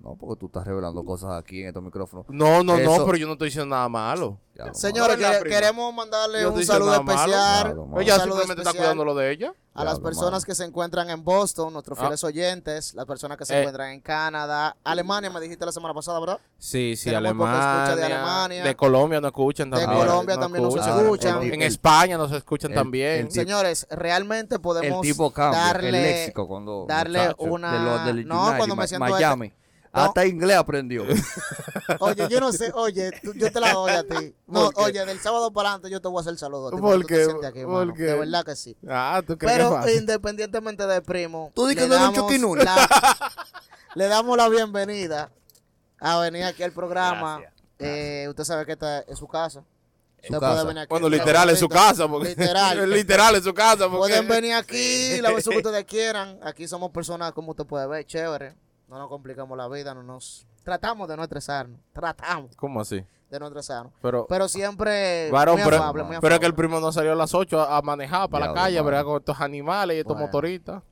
Speaker 1: No, porque tú estás revelando cosas aquí en estos micrófonos.
Speaker 2: No, no, no,
Speaker 1: Eso-
Speaker 2: pero yo no estoy diciendo nada malo.
Speaker 1: Ya, lo
Speaker 3: Señores,
Speaker 2: Hola,
Speaker 3: que-
Speaker 2: prima.
Speaker 3: queremos mandarle
Speaker 2: Yo no
Speaker 3: un
Speaker 2: hice
Speaker 3: saludo
Speaker 2: nada malo.
Speaker 3: especial
Speaker 1: Nada malo.
Speaker 2: Ella
Speaker 3: Un saludo
Speaker 2: simplemente está
Speaker 3: especial.
Speaker 2: cuidando lo de ella.
Speaker 3: a las
Speaker 1: Diablo,
Speaker 3: personas
Speaker 1: mano.
Speaker 3: que se encuentran en Boston, nuestros
Speaker 2: Ah.
Speaker 3: fieles oyentes, las personas que se
Speaker 2: Eh.
Speaker 3: encuentran en Canadá, Alemania, me dijiste la semana pasada, ¿verdad?
Speaker 2: Sí, sí,
Speaker 3: Tenemos poca
Speaker 2: Alemania,
Speaker 3: escucha
Speaker 2: de
Speaker 3: de Alemania.
Speaker 2: Colombia no escuchan
Speaker 3: De
Speaker 2: también.
Speaker 3: Colombia también nos
Speaker 1: escuchan.
Speaker 2: En,
Speaker 1: El-
Speaker 2: España nos escuchan
Speaker 1: el-
Speaker 2: también.
Speaker 1: el tipo-
Speaker 3: Señores, realmente podemos
Speaker 1: el tipo cambia el
Speaker 3: darle
Speaker 1: léxico con los
Speaker 3: darle
Speaker 1: muchachos
Speaker 3: una-
Speaker 1: de los del
Speaker 3: No,
Speaker 1: United,
Speaker 3: cuando me
Speaker 1: Ma-
Speaker 3: siento este-
Speaker 1: Miami. Hasta inglés aprendió.
Speaker 3: Oye, yo no sé, oye, tú- yo te la doy a ti. No,
Speaker 2: ¿Por qué?
Speaker 3: oye, del sábado para adelante yo te voy a hacer saludo. a ti,
Speaker 2: ¿Por
Speaker 3: cuando tú te
Speaker 2: qué?
Speaker 3: sientes aquí,
Speaker 2: ¿Por
Speaker 3: mano.
Speaker 2: qué?
Speaker 3: De verdad que sí.
Speaker 2: Ah, tú crees que es
Speaker 3: Pero
Speaker 2: fácil?
Speaker 3: independientemente de primo,
Speaker 1: Tú di que
Speaker 3: le
Speaker 1: no eres un
Speaker 3: damos
Speaker 1: choquinún.
Speaker 3: la- le damos la bienvenida a venir aquí al programa.
Speaker 4: Gracias.
Speaker 3: Eh, usted sabe que esta es su casa. Usted
Speaker 1: Su
Speaker 3: puede
Speaker 1: casa.
Speaker 3: venir aquí.
Speaker 2: Bueno, literal en su casa. Porque,
Speaker 3: Literal.
Speaker 2: literal en su casa. Porque,
Speaker 3: Pueden venir aquí la vez que ustedes quieran. Aquí somos personas, como usted puede ver, chévere. No nos complicamos la vida, no nos... Tratamos de no estresarnos. Tratamos
Speaker 2: ¿Cómo así?
Speaker 3: de no estresarnos.
Speaker 2: Pero,
Speaker 3: Pero siempre
Speaker 2: varón,
Speaker 3: Eh, muy
Speaker 2: pero,
Speaker 3: afable, muy
Speaker 2: pero es que el
Speaker 3: afable.
Speaker 2: primo no salió a las 8 a, a manejar para la
Speaker 1: Diablo,
Speaker 2: calle,
Speaker 1: mano.
Speaker 2: ¿verdad? Con estos animales y estos
Speaker 3: Bueno.
Speaker 2: motoristas.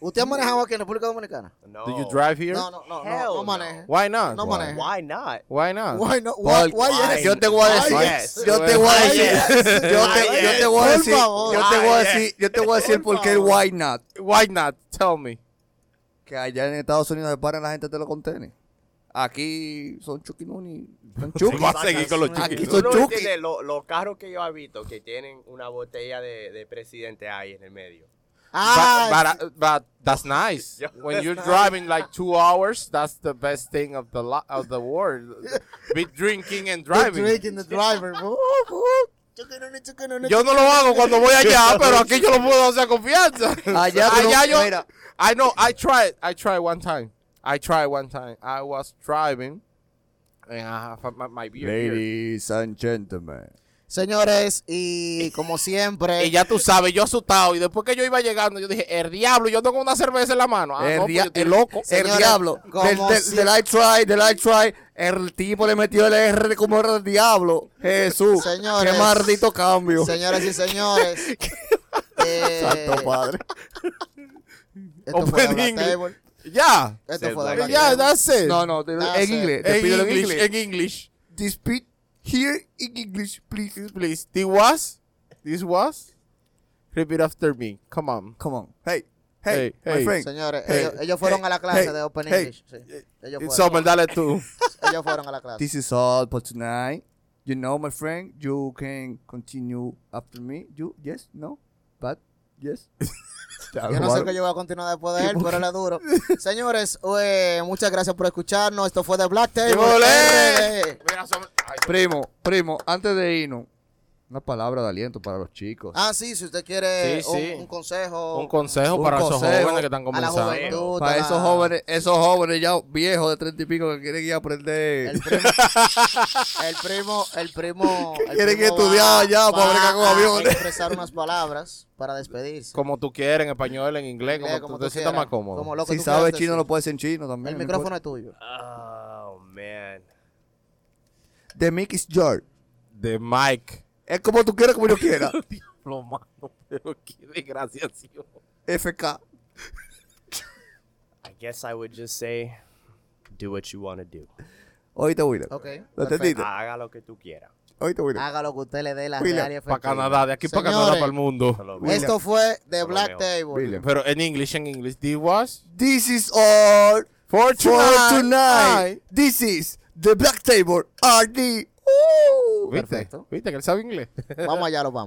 Speaker 3: ¿Usted ha manejado aquí en República Dominicana?
Speaker 4: No.
Speaker 2: Do you drive here?
Speaker 3: No, no, no, no,
Speaker 4: Hell
Speaker 3: no
Speaker 4: no.
Speaker 3: maneje.
Speaker 2: Why not?
Speaker 3: No maneje.
Speaker 4: Why not?
Speaker 2: Why not?
Speaker 3: Why no? Why,
Speaker 1: Porque-
Speaker 3: why yes?
Speaker 1: Yo te voy a decir,
Speaker 4: Why yes?
Speaker 1: yo te voy a
Speaker 2: Why
Speaker 1: decir,
Speaker 2: yes?
Speaker 1: yo te, yo te voy a
Speaker 3: Por
Speaker 1: decir,
Speaker 3: favor.
Speaker 1: yo te voy a
Speaker 4: Why
Speaker 1: decir, yo te voy a decir por qué el why not.
Speaker 2: Why not? Tell me.
Speaker 1: Que allá en Estados Unidos se paran la gente de los contenedores. Aquí son chuquinuni, son chuki.
Speaker 2: Va a seguir con los
Speaker 1: Aquí
Speaker 2: chiquitos.
Speaker 1: son
Speaker 4: Tú no
Speaker 1: chuki.
Speaker 4: entiendes lo- los carros que yo he visto que tienen una botella de, de presidente ahí en el medio.
Speaker 3: Ah,
Speaker 2: but, but, but that's nice.
Speaker 4: Yo-
Speaker 2: When you're driving like two hours, that's the best thing of the lo- of the world. Be drinking and
Speaker 3: the
Speaker 2: driving.
Speaker 3: drink in the driver. Woo, woo. Chucununi, chucununi.
Speaker 2: Yo no lo hago cuando voy allá, pero aquí yo lo puedo hacer confianza.
Speaker 1: Allá tú no-
Speaker 2: yo.
Speaker 1: mira.
Speaker 2: I know. I tried. I tried one time. I tried one time. I was driving, eh, and I have my, my beer. here.
Speaker 1: Ladies and gentlemen.
Speaker 3: Señores, y como siempre,
Speaker 2: Y ya tú sabes, yo asustado. Y después que yo iba llegando, yo dije, el diablo, yo tengo una cerveza en la mano. Ah,
Speaker 1: el,
Speaker 2: no, pues
Speaker 1: dia-
Speaker 2: yo estoy
Speaker 1: el-
Speaker 2: loco.
Speaker 1: el
Speaker 3: Señores,
Speaker 1: diablo.
Speaker 3: como
Speaker 1: Del, del,
Speaker 3: si-
Speaker 1: del I try, del I try. El tipo le metió el R como era el diablo. Jesús.
Speaker 3: Señores.
Speaker 1: Qué maldito cambio.
Speaker 3: señoras y señores, eh,
Speaker 1: Santo padre.
Speaker 3: esto fue
Speaker 2: Open
Speaker 3: Habla
Speaker 2: English.
Speaker 3: Table.
Speaker 2: Ya.
Speaker 3: Esto
Speaker 4: Se
Speaker 3: fue
Speaker 4: duele.
Speaker 3: Habla
Speaker 2: Ya,
Speaker 3: Table.
Speaker 2: that's it.
Speaker 1: No, no, de-
Speaker 3: Ah,
Speaker 1: en
Speaker 3: sí.
Speaker 1: inglés. Te
Speaker 2: En
Speaker 1: pido en
Speaker 2: English,
Speaker 1: inglés.
Speaker 2: en English.
Speaker 1: This speak here in English, please.
Speaker 2: Please. This was. This was. Repeat after me. Come on.
Speaker 1: Come on. Hey. Hey,
Speaker 2: Hey,
Speaker 1: my
Speaker 2: hey.
Speaker 1: friend.
Speaker 3: Señores,
Speaker 1: Hey,
Speaker 3: ellos, ellos fueron a la clase
Speaker 1: hey,
Speaker 3: de Open
Speaker 1: hey.
Speaker 3: English. sí. Ellos,
Speaker 2: It's
Speaker 3: fueron,
Speaker 2: over. Dale tú.
Speaker 3: ellos fueron a la clase.
Speaker 1: This is all for tonight. You know, my friend, you can continue after me. You, yes, no, but, yes.
Speaker 3: Yo no sé qué yo voy a continuar después de él, pero él es duro. Señores, eh, muchas gracias por escucharnos. Esto fue de Black Table.
Speaker 2: ¡Ole!
Speaker 3: RD.
Speaker 2: Mira, son- Ay,
Speaker 1: Primo, primo, antes de irnos, una palabra de aliento para los chicos.
Speaker 3: Ah, sí, si usted quiere
Speaker 2: Sí,
Speaker 3: un,
Speaker 2: sí.
Speaker 3: un consejo
Speaker 2: Un consejo
Speaker 1: Un
Speaker 2: para esos
Speaker 1: consejo
Speaker 2: jóvenes que están
Speaker 3: a la
Speaker 2: comenzando.
Speaker 3: juventud.
Speaker 1: para
Speaker 3: a la-
Speaker 1: esos jóvenes, esos jóvenes ya viejos de treinta y pico que quieren ir a aprender,
Speaker 3: El primo, el primo, el primo. el
Speaker 1: Quieren
Speaker 3: primo
Speaker 1: estudiar allá para bregar con
Speaker 3: a
Speaker 1: aviones.
Speaker 3: expresar unas palabras para despedirse.
Speaker 2: Como tú quieres, en español, en inglés, como,
Speaker 3: Inglés,
Speaker 2: tú te
Speaker 3: tú
Speaker 2: sientas
Speaker 3: quieras,
Speaker 2: más cómodo.
Speaker 3: como lo que
Speaker 1: si
Speaker 3: tú
Speaker 1: sabes
Speaker 3: quieras
Speaker 1: chino lo
Speaker 3: decir.
Speaker 1: puedes en chino también.
Speaker 3: El
Speaker 1: no
Speaker 3: micrófono
Speaker 1: importa.
Speaker 3: es tuyo.
Speaker 4: Oh, man.
Speaker 1: The mic is yours.
Speaker 2: De Mike.
Speaker 1: Es como tú quieras, como yo quiera.
Speaker 2: Diablo, mano, pero qué desgraciación.
Speaker 1: FK.
Speaker 4: I guess I would just say, do what you want to do.
Speaker 1: Oíste, William.
Speaker 3: Ok.
Speaker 1: ¿Lo
Speaker 3: perfecto.
Speaker 2: Ah.
Speaker 1: entendiste?
Speaker 4: Haga lo que tú quieras.
Speaker 1: Oíste, William.
Speaker 3: Haga lo que usted le dé la
Speaker 1: William,
Speaker 3: real y
Speaker 2: Para
Speaker 3: efectiva.
Speaker 2: Canadá, de aquí para
Speaker 3: Señores,
Speaker 2: Canadá, para el mundo.
Speaker 4: Solo-
Speaker 3: Esto fue The
Speaker 4: Solo
Speaker 3: Black
Speaker 4: veo.
Speaker 3: Table.
Speaker 1: William.
Speaker 2: Pero en inglés, en inglés. This was
Speaker 1: This is all
Speaker 2: for
Speaker 1: for
Speaker 2: tonight.
Speaker 1: tonight. This is the Black Table RD. Ooh.
Speaker 2: ¿Viste?
Speaker 3: Perfecto.
Speaker 2: ¿Viste que él sabe inglés?
Speaker 3: Vamos allá, los vamos.